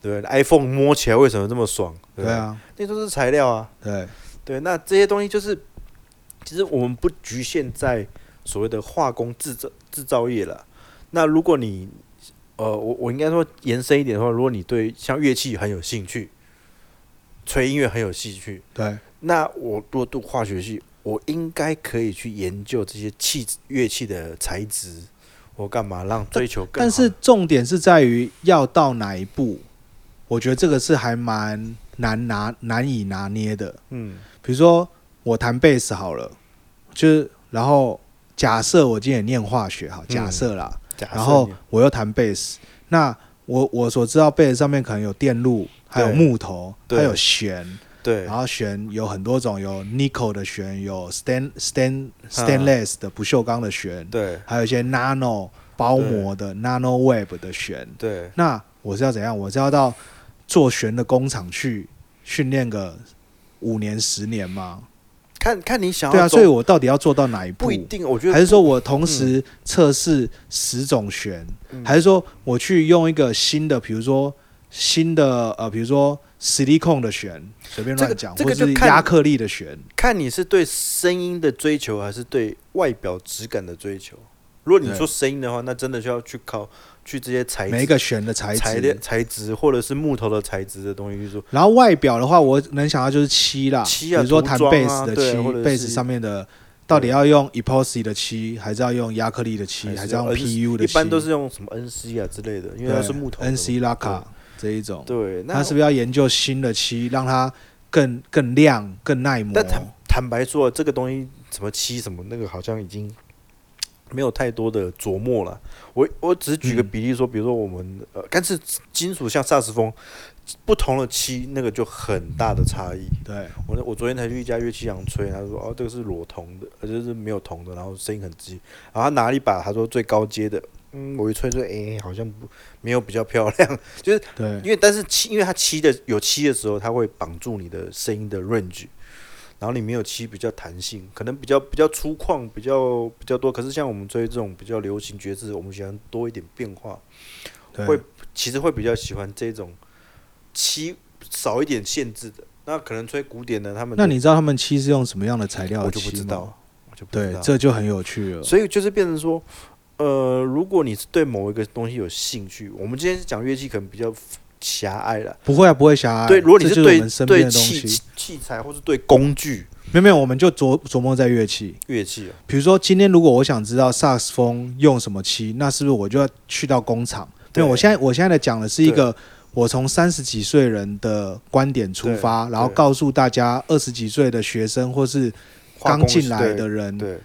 对不对，iPhone 摸起来为什么这么爽？对对不对，啊，那都是材料啊。对，对，那这些东西就是，其实我们不局限在所谓的化工制造制造业了。那如果你，呃，我我应该说延伸一点的话，如果你对像乐器很有兴趣，吹音乐很有兴趣，对，那我若读化学系，我应该可以去研究这些器乐器的材质，我干嘛让追求更但是重点是在于要到哪一步，我觉得这个是还蛮难拿难以拿捏的。嗯，比如说我弹贝斯好了，就是然后假设我今天也念化学哈，假设啦，假设然后啊你我又弹贝斯，那我我所知道贝斯上面可能有电路，还有对木头，还对有弦，对然后弦有很多种，有 nickel 的弦，有 stain stain stainless 的不锈钢的弦，嗯对还有一些 nano 包膜的 nano web 的弦。对那我是要怎样？我是要到做弦的工厂去训练个五年、十年吗？看看你想要对啊，走所以我到底要做到哪一步不？一定，我觉得还是说我同时测试十种弦，嗯还是说我去用一个新的，比如说新的呃，比如说实力控的弦，随便乱讲，这个这个就或者是看亚克力的弦，看你是对声音的追求，还是对外表质感的追求。如果你说对声音的话，那真的需要去考去这些材每质、一个弦的材质，材料、材质或者是木头的材质的东西，就是说然后外表的话，我能想到就是漆啦，漆啊比如说弹涂装啊贝斯的对漆或者，是贝斯上面的到底要用 epoxy 的漆，还是要用亚克力的漆，还是要用 PU 的一漆？般呃都是用什么 NC 啊之类的，因为它是木头的嘛。 NC 拉卡这一种，对，那它是不是要研究新的漆，让它更更亮、更耐磨但？坦坦白说，这个东西什么漆什么那个好像已经没有太多的琢磨了。我我只是举个比例说，比如说我们呃，但是金属像萨克斯风，不同的漆那个就很大的差异。对，我那我昨天才去一家乐器行吹，他说哦，这个是裸铜的，呃，就是没有铜的，然后声音很低。然后他拿了一把，他说最高阶的，嗯，我一吹吹，诶，好像不没有比较漂亮，就是对，因为但是漆，因为它漆的有漆的时候，它会绑住你的声音的 range，然后你没有漆比较弹性，可能比较比较粗犷，比较比较多。可是像我们吹这种比较流行爵士，我们喜欢多一点变化，对会其实会比较喜欢这种漆少一点限制的。那可能吹古典的，他们那你知道他们漆是用什么样的材料我的就不漆知吗道，，我就不知对，道。这就很有趣了。所以就是变成说，呃，如果你是对某一个东西有兴趣，我们今天讲乐器可能比较狭隘了。不会啊，不会狭隘。对，如果你这是就是我对们身边对的东器器西，器材或是对工具没有没有，我们就琢琢磨在乐器。乐器、啊，比如说，今天如果我想知道萨克斯风用什么漆，那是不是我就要去到工厂？对对，我现在我现在的讲的是一个我从三十几岁人的观点出发，对然后对告诉大家二十几岁的学生或是化刚工进来对的人，对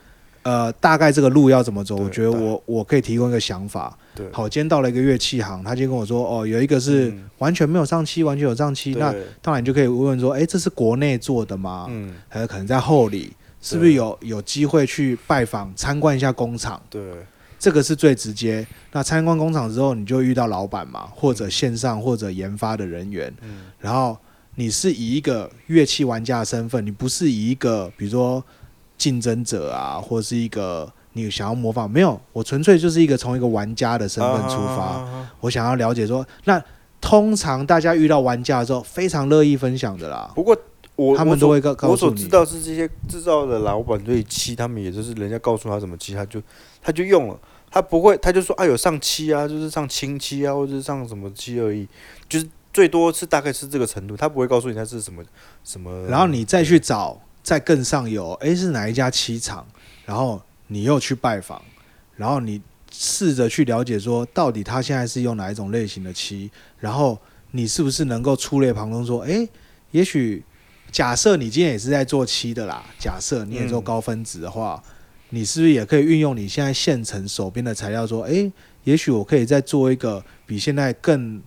呃，大概这个路要怎么走？对我觉得对我我可以提供一个想法。对，好，今天到了一个乐器行，他就跟我说，哦，有一个是嗯完全没有上漆，完全有上漆，那啊对当然你就可以问问说，哎，这是国内做的吗？嗯还有可能在后里，是不是有有机会去拜访参观一下工厂？对这个是最直接。那参观工厂之后，你就遇到老板嘛，或者线上或者研发的人员，嗯然后你是以一个乐器玩家的身份，你不是以一个比如说竞争者啊，或是一个你想要模仿，没有，我纯粹就是一个从一个玩家的身份出发，啊啊啊啊我想要了解说那。通常大家遇到玩家的时候，非常乐意分享的啦啊。不过我他们都我会告所告我诉所你，知道是这些制造的老板对漆，他们也就是人家告诉他怎么漆，他就他就用了。他不会，他就说啊，有上漆啊，就是上清漆啊，或者是上什么漆而已，就是最多是大概是这个程度，他不会告诉你他是什么什么。然后你再去找，再更上游，诶，是哪一家漆厂？然后你又去拜访，然后你试着去了解说，到底他现在是用哪一种类型的漆？然后你是不是能够触类旁通，说，诶，也许假设你今天也是在做漆的啦，假设你也做嗯高分子的话，你是不是也可以运用你现在现成手边的材料，说，诶，也许我可以再做一个比现在更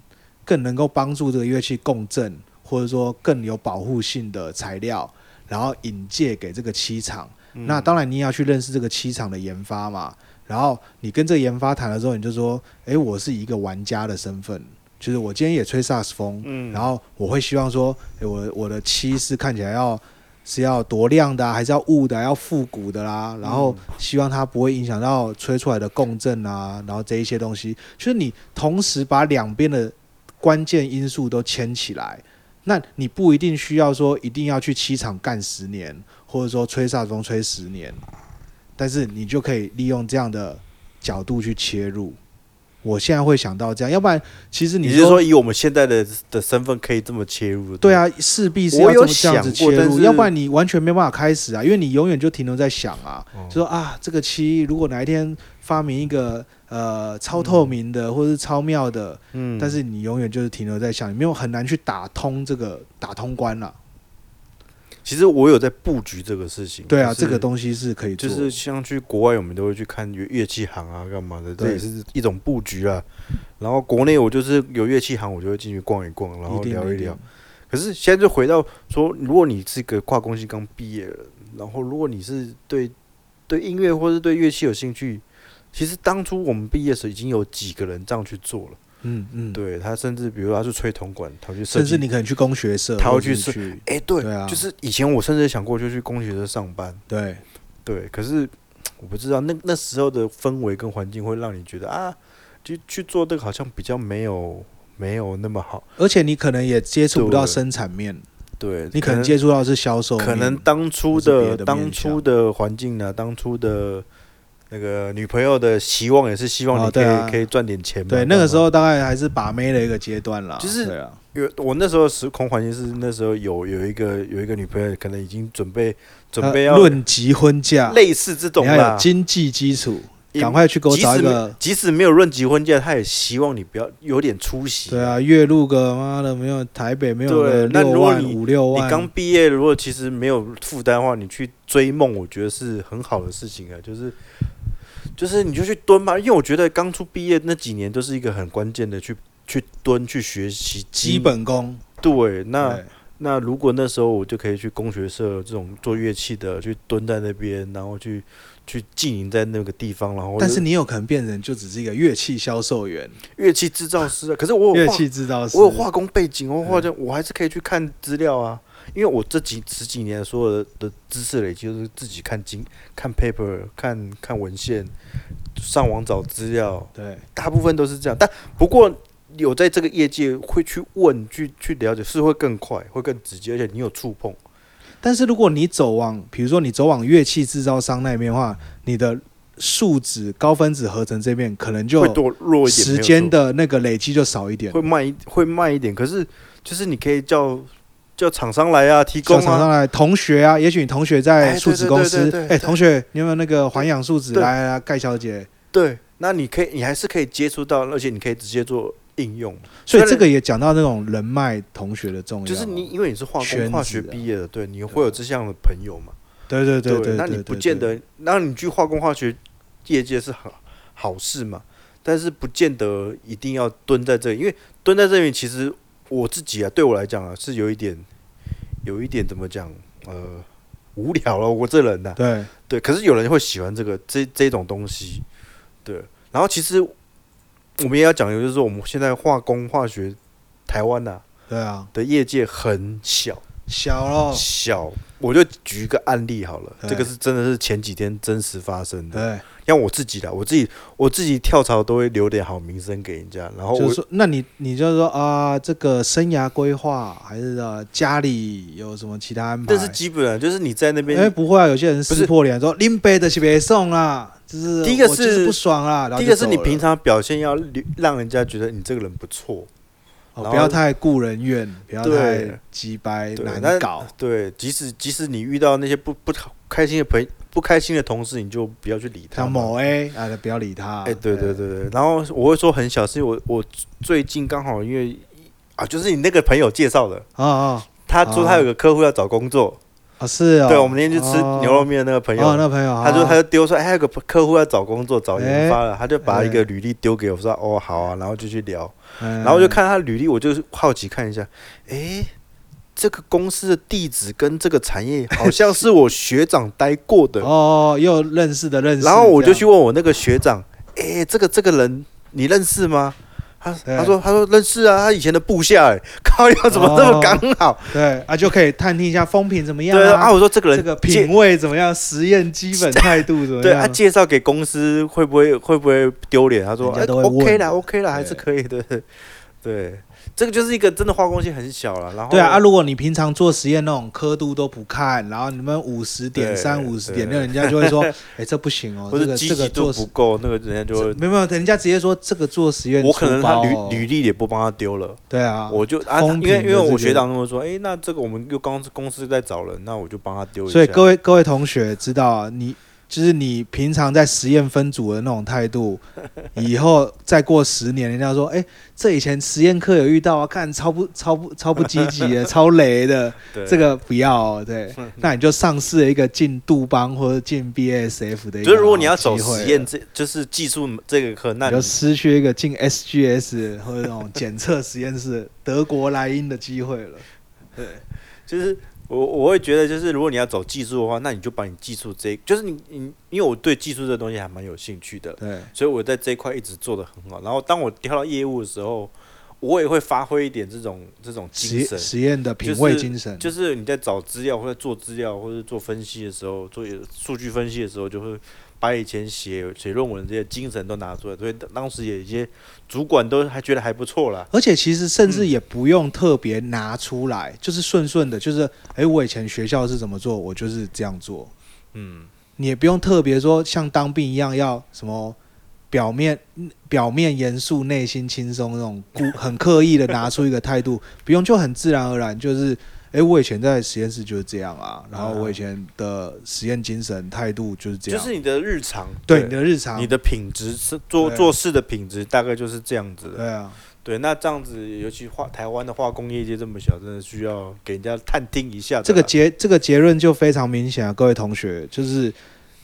更能够帮助这个乐器共振，或者说更有保护性的材料，然后引介给这个漆厂。嗯那当然你也要去认识这个漆厂的研发嘛。然后你跟这个研发谈了之后，你就说：“诶，我是以一个玩家的身份，就是我今天也吹萨克斯风，嗯然后我会希望说，诶，我我的漆是看起来要是要多亮的、啊，还是要雾的啊、要复古的啦、嗯然后希望它不会影响到吹出来的共振啊，然后这一些东西，就是你同时把两边的关键因素都牵起来，那你不一定需要说一定要去七场干十年，或者说吹萨克斯风吹十年，但是你就可以利用这样的角度去切入。我现在会想到这样，要不然其实你你是说以我们现在的的身份可以这么切入的？对，啊，势必是要我有这么这样子想过切但入，是要不然你完全没办法开始啊，因为你永远就停留在想啊，哦就说啊，这个漆如果哪一天发明一个呃超透明的、或者是超妙的，嗯但是你永远就是停留在想，你没有很难去打通这个打通关啊了、嗯其实我有在布局这个事情。对啊，就是这个东西是可以做，就是像去国外，我们都会去看乐乐器行啊，干嘛的，这对也是一种布局啊。然后国内我就是有乐器行，我就会进去逛一逛，然后一定聊的一一定聊。可是现在就回到说，如果你是一个跨工系刚毕业了，然后如果你是对对音乐或是对乐器有兴趣，其实当初我们毕业时已经有几个人这样去做了。嗯嗯，对他，甚至比如说他是吹铜管，他去设甚计至你可能去工学社，他会或者去是设去哎、对，对啊就是以前我甚至想过就去工学社上班，对对，可是我不知道那那时候的氛围跟环境会让你觉得啊，就去做这个好像比较没有没有那么好，而且你可能也接触不对到生产面，对你可能接触到的是销售面，可能当初或是的别的当面初向的环境呢、当初的那个女朋友的希望也是希望哦你可以、对啊可以赚点钱嘛，对干那个嘛时候大概还是把妹的一个阶段啦，就是对啊，有我那时候时空环境是那时候有有一个有一个女朋友可能已经准备准备呃要论及婚嫁，类似这种你要啦有，经济基础，也赶快去给我即找使一没个。即使没有论及婚嫁，她也希望你不要有点出息，对啊，月入个妈的没有台北没有对个那如六果万你五六你万，刚毕业，如果其实没有负担的话，你去追梦，我觉得是很好的事情啊。就是就是你就去蹲吧，因为我觉得刚出毕业那几年都是一个很关键的去去蹲去学习基本功。对，那对那如果那时候我就可以去工学社这种做乐器的，去蹲在那边，然后去去经营在那个地方，然后但是你有可能变成就只是一个乐器销售员、乐器制造师啊，可是我有乐画器制造师。我有化工背景，我画匠，我还是可以去看资料啊，因为我这几十几年所有的的知识累积都是自己看经、看 paper、看看文献，上网找资料，对，大部分都是这样。但不过有在这个业界会去问、去去了解，是会更快、会更直接，而且你有触碰。但是如果你走往，比如说你走往乐器制造商那边的话，你的树脂高分子合成这边可能就会多弱一点，时间没有的那个累积就少一点错。会慢一会慢一点，可是就是你可以叫叫厂商来啊，提供小厂啊，商来，同学啊，也许你同学在哎树脂公司对对对，对哎，对同学，你有没有那个环氧树脂？对来来来，盖小姐。对，那你可以你还是可以接触到，而且你可以直接做应用，虽所以然这个也讲到那种人脉同学的重要啊，就是你因为你是化圈子工啊化学毕业的，对，你会有这项的朋友嘛？对对对对，那你对不对见对得，那你去化工化学业界是好好事嘛，但是不见得一定要蹲在这里，因为蹲在这里其实我自己啊，对我来讲啊是有一点，有一点怎么讲，呃，无聊了，我这人呐、对对，可是有人会喜欢这个这这种东西，对。然后其实我们也要讲究，就是说我们现在化工化学台湾呐、对啊，的业界很小小喽，小，我就举一个案例好了，对这个是真的是前几天真实发生的。对，像我自己的，我自己我自己跳槽都会留点好名声给人家，然后就是我说，那你你就是说啊、这个生涯规划还是啊家里有什么其他安排？但是基本上就是你在那因为边，不会啊，有些人不撕是破脸说林北的是别送啦，就是第一个我就是是不爽啊啦，然后第一就个是你走了平常表现要留让人家觉得你这个人不错，然哦后不要太顾人怨，不要对太鸡掰对难那搞，对，即使即使你遇到那些不不好开心的朋不开心的同事，你就不要去理他像嘛。某 A 啊，不要理他。哎、对对对对，然后我会说很小，是因为我我最近刚好因为啊，就是你那个朋友介绍的，啊啊他说他有个客户要找工作，啊是哦，对，我们那天去吃哦牛肉面的那个朋友，哦，那朋友，他就啊他就丢说，哎，有个客户要找工作找研发了，他就把哎一个履历丢给我说，哦，好啊，然后就去聊，嗯然后我就看他履历，我就好奇看一下，诶，这个公司的地址跟这个产业好像是我学长待过的， 哦，又有认识的认识，然后我这就样去问我那个学长，诶，这个这个人你认识吗？他对他说他说认识啊，他以前的部下、欸，靠腰怎么这哦么刚好？对啊，就可以探听一下风评怎么样对啊，我说这个这人个介品味怎么样，实验基本态度怎么 样？对啊他介绍给公司会不会会不会丢脸？他说哎人家都会问，OK 啦的，OK 啦，还对是可以的。 对，这个就是一个真的化工系很小了。然后对啊，啊，如果你平常做实验那种刻度都不看，然后你们五十点三、对五十点六，对人家就 会说，哎，这不行哦，或这者个积这个极度做不实够，那个人家就会没有没有，人家直接说这个做实验我可能粗暴他哦履履历也不帮他丢了，对啊，我就啊，风因为评因为的这我个学长跟我说，哎，那这个我们又刚公司在找人，那我就帮他丢一下。所以各位位各位同学知道啊，你就是你平常在实验分组的那种 态度，以后再过十年，人家说，哎，这以前实验课有遇到啊，看超不超不超不积极 的，超雷的，这个不要、哦，对，那你就丧失了一个进杜邦或者进 BASF 的一个就是如果你要走机会了实验，这就是技术这个课，那你就你失去一个进 SGS 或者那种检测实验室 德国莱茵的机会了。就是我我会觉得，就是如果你要走技术的话，那你就把你技术这一，就是你你，因为我对技术这东西还蛮有兴趣的，对，所以我在这一块一直做的很好。然后当我跳到业务的时候，我也会发挥一点这种这种实精验神，实验的品就是味精神，就是你在找资料或者做资料或者做分析的时候，做数据分析的时候，就会把以前写写论文的这些精神都拿出来。所以当时也有一些主管都还觉得还不错啦。而且其实甚嗯至也不用特别拿出来，就是顺顺的，就是哎、我以前学校是怎么做，我就是这样做。嗯，你也不用特别说像当兵一样要什么表面嗯表面严肃、内心轻松那种故 很刻意的拿出一个态度，不用就很自然而然就是，诶，我以前在实验室就是这样啊，然后我以前的实验精神态度就是这就样，是你的日常，对你的日常，你的品质是做对做事的品质大概就是这样子的。对啊，对，那这样子，尤其化台湾的化工业界这么小，真的需要给人家探听一下的啦。这个结这个结论就非常明显啊，各位同学，就是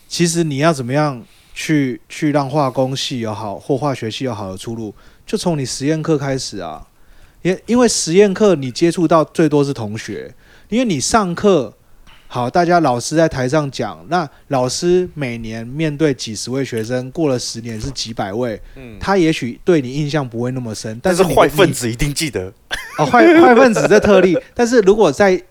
其实你要怎么样去去让化工系有好或化学系有好的出路，就从你实验课开始啊。因因为实验课你接触到最多是同学，因为你上课好，大家老师在台上讲，那老师每年面对几十位学生，过了十年是几百位，嗯，他也许对你印象不会那么深，但是是你坏分你子一定记得， 哦，坏坏分子这特例，但是如果在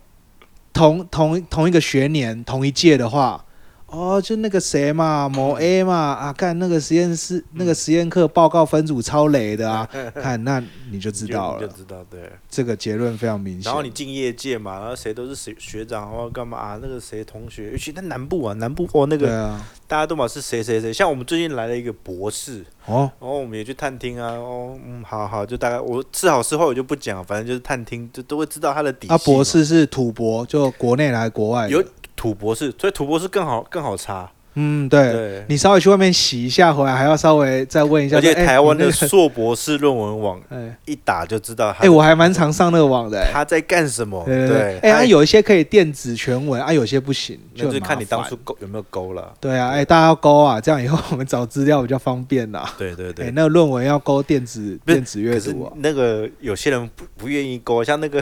同同同一个学年、同一届的话，哦，就那个谁嘛，某 A 嘛，啊，干那个实验嗯室、那个实验课报告分组超雷 的啊，看那你就知道你就了你，就知道对。这个结论非常明显。然后你进业界嘛，然后谁都是学学长或干嘛啊？那个谁同学，尤其在南部啊，南部哦那对个啊，大家都嘛是谁谁谁。像我们最近来了一个博士，哦，然后我们也去探听啊，哦嗯，好好，就大概我是好是坏我就不讲，反正就是探听，就都会知道他的底细嘛。啊，博士是土博，就国内来国外的有土博士，所以土博士更好更好查。嗯，对。对，你稍微去外面洗一下，回来还要稍微再问一下。而且说哎台湾你那的个硕博士论文网哎一打就知道他哎，我还蛮常上那个网的。哎他在干什么。对对对，哎，哎，啊他有一些可以电子全文，啊，有些不行，那就很是麻看你当烦初。勾有没有勾了。对啊，哎，大家要勾啊，这样以后我们找资料比较方便啦。对对 对哎，，那个论文要勾电子不是电子可阅是读啊，那个有些人不不愿意勾，像那个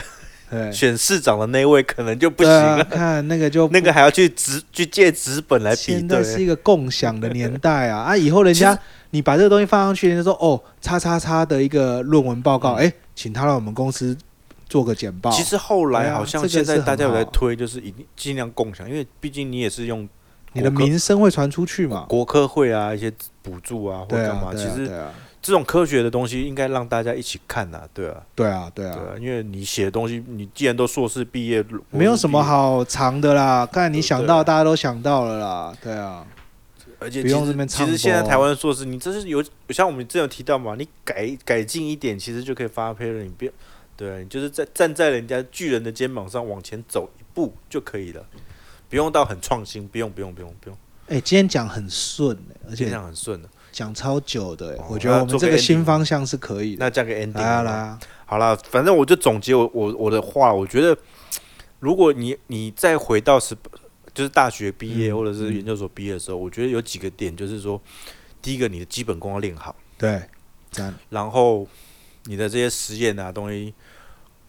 对，选市长的那位可能就不行对啊了，看那个就那个还要去纸去借纸本来比现在是对。一个共享的年 代啊，啊，以后人其家你把这个东西放上去，人家说哦，叉叉叉的一个论文报告，哎，请他来我们公司做个简报。其实后对来啊好像这个现在是很大家有在好啊推，就是一定尽量共享，因为毕竟你也是用你的国科名声会传出去嘛？国科会啊一些补助啊或对干啊，嘛，对其啊，实对啊，这种科学的东西应该让大家一起看呐，对啊，对啊，对对啊。啊，因为你写的东西，你既然都硕士毕业，没有什么，好藏的啦，看你对想对到，大家都想到了啦，对啊，而且不其用实这边其唱啊实现在播台湾的硕士，你这是有像我们之前有提到嘛，你改改进一点，其实就可以发 paper，了你别对啊，你就是在站在人家巨人的肩膀上往前走一步就可以了，不用到很创新，不用不用不用不用，哎、今天讲很顺、而这且样很顺的。讲超久的、哦我觉得我那们做个这个 ending 新方向是可以的。那这样个 ending 来啊了来啊，好了，反正我就总结我我我的话，我觉得如果你你再回到十就是大学毕业、嗯或者是研究所毕业的时候，我觉得有几个点就是说，第一个你的基本功要练好，对，啊赞，然后你的这些实验啊东西，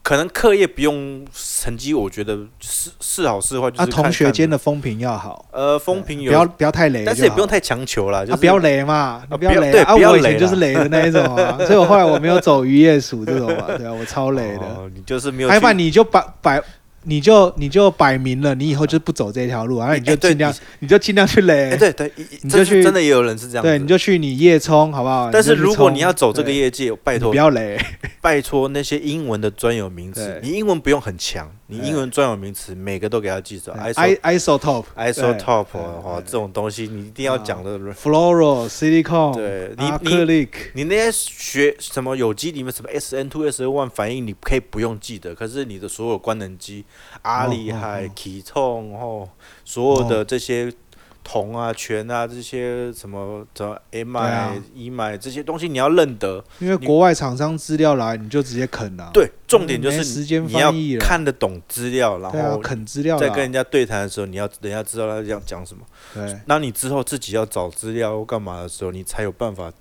可能课业不用成绩，我觉得是是好是坏，就是啊，看看、同学间的风评要好，呃风评不有，要不要太雷就好，但是也不用太强求啦，就是、啊，不要雷嘛，你不要不要雷对啊，不要我以雷前就啦是雷的那一种 啊，所以我后来我没有走渔业署这种嘛，对啊，我超雷的。哦，你就是没有还把去你就摆摆，你就你就摆明了，你以后就不走这条路，然啊后你就哎对尽量你，你就尽量去哎、垒，对对，一你这就是去真的也有人是这样子，对，你就去你夜冲，好不好？但是你就去如果冲你要走这个，业界，拜对你托不要垒，拜托那些英文的专有名词对，你英文不用很强，你对英文专有名词每个都给他记住 i ，ISO isotope isotope 对哦对这种东西你一定要讲的。 fluoro silicon 对你你 acrylic，你那些学什么有机里面什么 SN two SN one 反应，你可以不用记得，可是你的所有官能基、阿里海哦哦、体重，然后所有的这些铜啊、铨啊这些什么什么 M 对 I 啊 E I 这些东西你要认得，因为国外厂商资料来，你就直接啃啊，对，重点就没是时你间你要翻译了看得懂资料，然对啊，后啃资料在啦跟人家对谈的时候，你要人家知道他要讲什么。对。那你之后自己要找资料或干嘛的时候，你才有办法，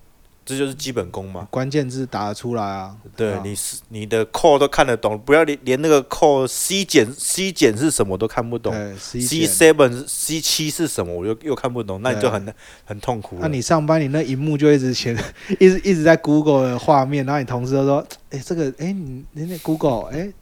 这就是基本功嘛。关键字打得出来啊！对，啊你是你的 code 都看得懂，不要连连那个 code C 减 C 减是什么都看不懂对 C ，C 减 seven C 七是什么我又又看不懂，那你就对啊很很痛苦那、了。你上班，你那荧幕就一直显， 一直一直在 Google 的画面，然后你同事都说：“哎、这个，哎、你你那 Google，哎、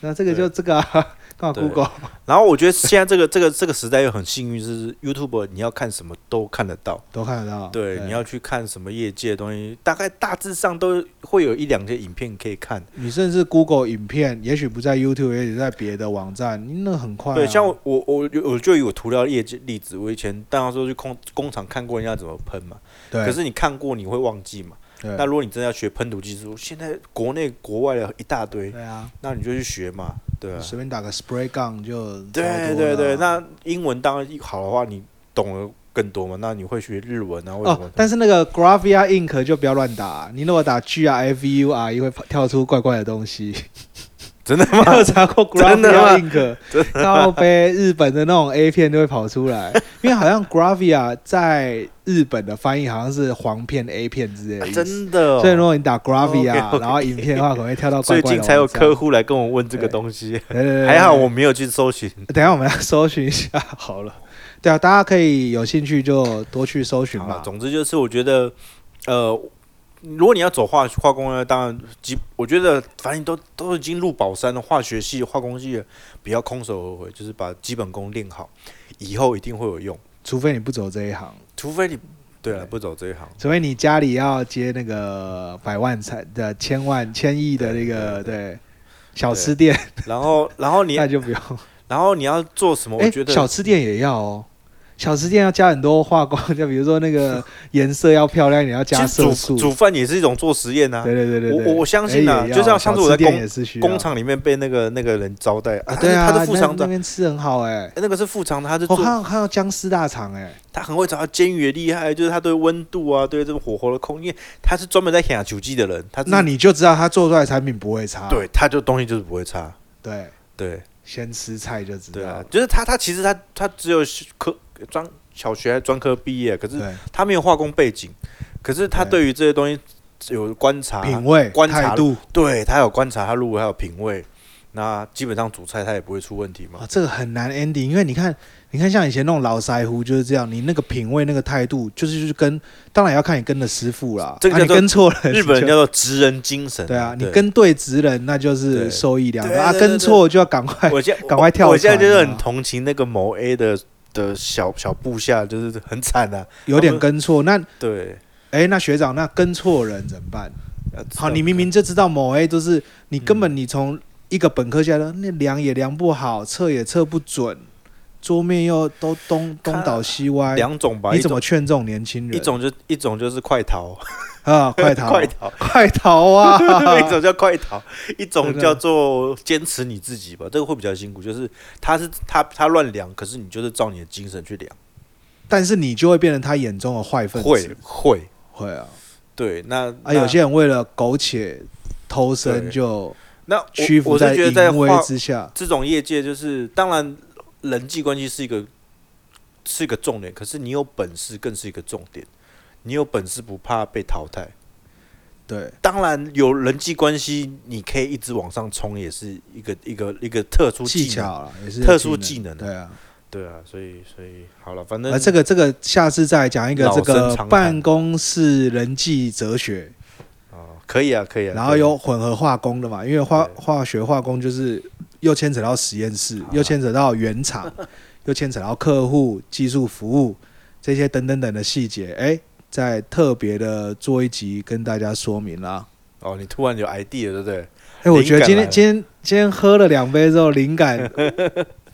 那这个就这个、啊， 干嘛对 Google？然后我觉得现在这个这个这个时代又很幸运，就是 YouTube 你要看什么都看得到。都看得到。”对，你要去看什么业界的东西，大概大致上都会有一两些影片可以看。你甚至 Google 影片，也许不在 YouTube，也许在别的网站，你那很快、啊。对，像我我我我就有涂料业界例子，我以前当然说去工工厂看过人家怎么喷嘛，对，可是你看过你会忘记嘛。对啊那如果你真的要学喷涂技术，现在国内国外的一大堆，对啊，那你就去学嘛，对啊。随便打个 spray gun 就对超多对了哦对，那英文当然好的话，你懂得更多嘛，那你会学日文啊，或者什么哦，但是那个 Gravia Inc 就不要乱打，你如果打 G R F U R E 会跳出怪怪的东西。真的吗？ 有查过真的 Gravia 吗 Inc，靠背日本的那种 A 片都会跑出来， 因为好像 Gravia 在日本的翻译好像是黄片 A 片之类的意思、 真的、哦。所以如果你 打 Gravia，、 OK，OK 然后影片的话，可能会跳到怪最怪的近才有网站客户来跟我问这个东西，对对对还好我没有去搜寻。等一下我们要搜寻一下好了。对啊，大家可以有兴趣就多去搜寻好吧了，。总之就是我觉得，呃，如果你要走化化工呢，当然，即我觉得反正都都已经入宝山了，化学系、化工系了，不要空手而回，就是把基本功练好，以后一定会有用。除非你不走这一行，除非你对了对不走这一行，除非你家里要接那个百万产的千万千亿的那个对小吃店，然后 然后你那就不用。然后你要做什么？哎我觉，得小吃店也要哦，小吃店要加很多化工，就比如说那个颜色要漂亮一点，要其加实色煮素。煮饭也是一种做实验啊。对对对对我对，我我相信哎啊，也就像要上次小我吃在店工也是需要工厂里面被那个那个人招待啊，对啊，他是他是副那厂那哦长，边吃很好哎，那个是副厂，他是我做看到看到僵尸大肠哎，他很会找到煎鱼的厉害，就是他对温度啊，对这种火候的控，因为他是专门在养酒技的人，他是那你就知道他做出来的产品不会差。对他就东西就是不会差，对，对先吃菜就知对道啊。，就是他他其实他他只有科专小学还专科毕业，可是对，他没有化工背景，可是他对对于这些东西有观察，品味、观察态度对他有观察，他入围还有品味，那基本上煮菜他也不会出问题嘛啊，。这个很难 ending，因为你看，你看像以前那种老腮胡就是这样，你那个品味、那个态度，就是就是跟，当然要看你跟的师傅啦，这个啊、你叫做跟错人，日本人就叫做职人精神啊，对啊，你对跟对职人，那就是对受益良多对啊，对对跟错就要赶快。 我现在赶快跳我！我现在船就是啊很同情那个某 A 的的小小部下，就是很惨啊。有点跟错，那对，哎、那学长，那跟错人怎么办？要知道好，你明明就知道某 A 就是你根本你从一个本科下来，那量也量不好，嗯测也测不准，桌面又都东东倒西歪，两种吧，你一怎种么劝这种年轻人？一种就一种就是快逃，啊，快逃， 快 逃，快逃啊！ 一种叫快逃，一真种的叫做坚持你自己吧，这个会比较辛苦。就是他是他他乱量，可是你就是照你的精神去量，但是你就会变成他眼中的坏分子，会会会啊对。那啊！那有些人为了苟且偷生，对就那我屈服我是在觉得在淫威画之下。这种业界就是，当然人际关系是一个是一个重点，可是你有本事更是一个重点。你有本事不怕被淘汰，对，当然有人际关系，你可以一直往上冲，也是一个一个一个特殊技能。巧了也是特殊技能对啊。对啊，所以所以好了，反正、啊，这个这个下次再讲一个老这生个常谈办公室人际哲学，哦可以啊，可以啊。然后可以有混合化工的嘛，因为化对化学化工就是又牵扯到实验室啊，又牵扯到 原厂，又牵扯到客户、技术服务这些等等等的细节，哎，在特别的做一集跟大家说明啦。哦，你突然有 idea 对不对？哎，我觉得今灵感来天了今天今天喝了两杯之后，灵感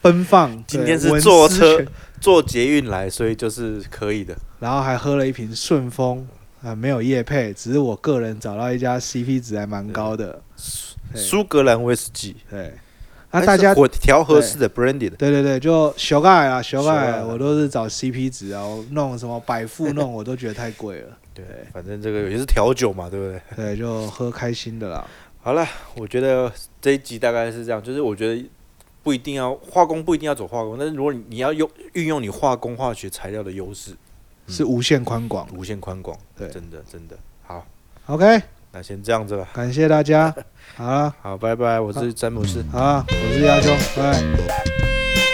奔放，今对天是文坐思车泉坐捷运来，所以就是可以的。然后还喝了一瓶顺丰啊，没有叶配，只是我个人找到一家 CP 值还蛮高的，对苏格兰威士忌，对。那大家我调和式的 branded，对对对，就啊修改啦，修修改改，啦我都是找 CP 值啊，我弄什么百富弄，我都觉得太贵了。对，反正这个也是调酒嘛，对不对？对，就喝开心的啦。好了，我觉得这一集大概是这样，就是我觉得不一定要化工，不一定要走化工，但是如果你你要用运用你化工化学材料的优势，嗯是无限宽广。无限宽广，对真的真的好， OK，那先这样子吧，感谢大家。好啦，好，拜拜，我是詹姆斯。好啦，我是亚兄，拜拜。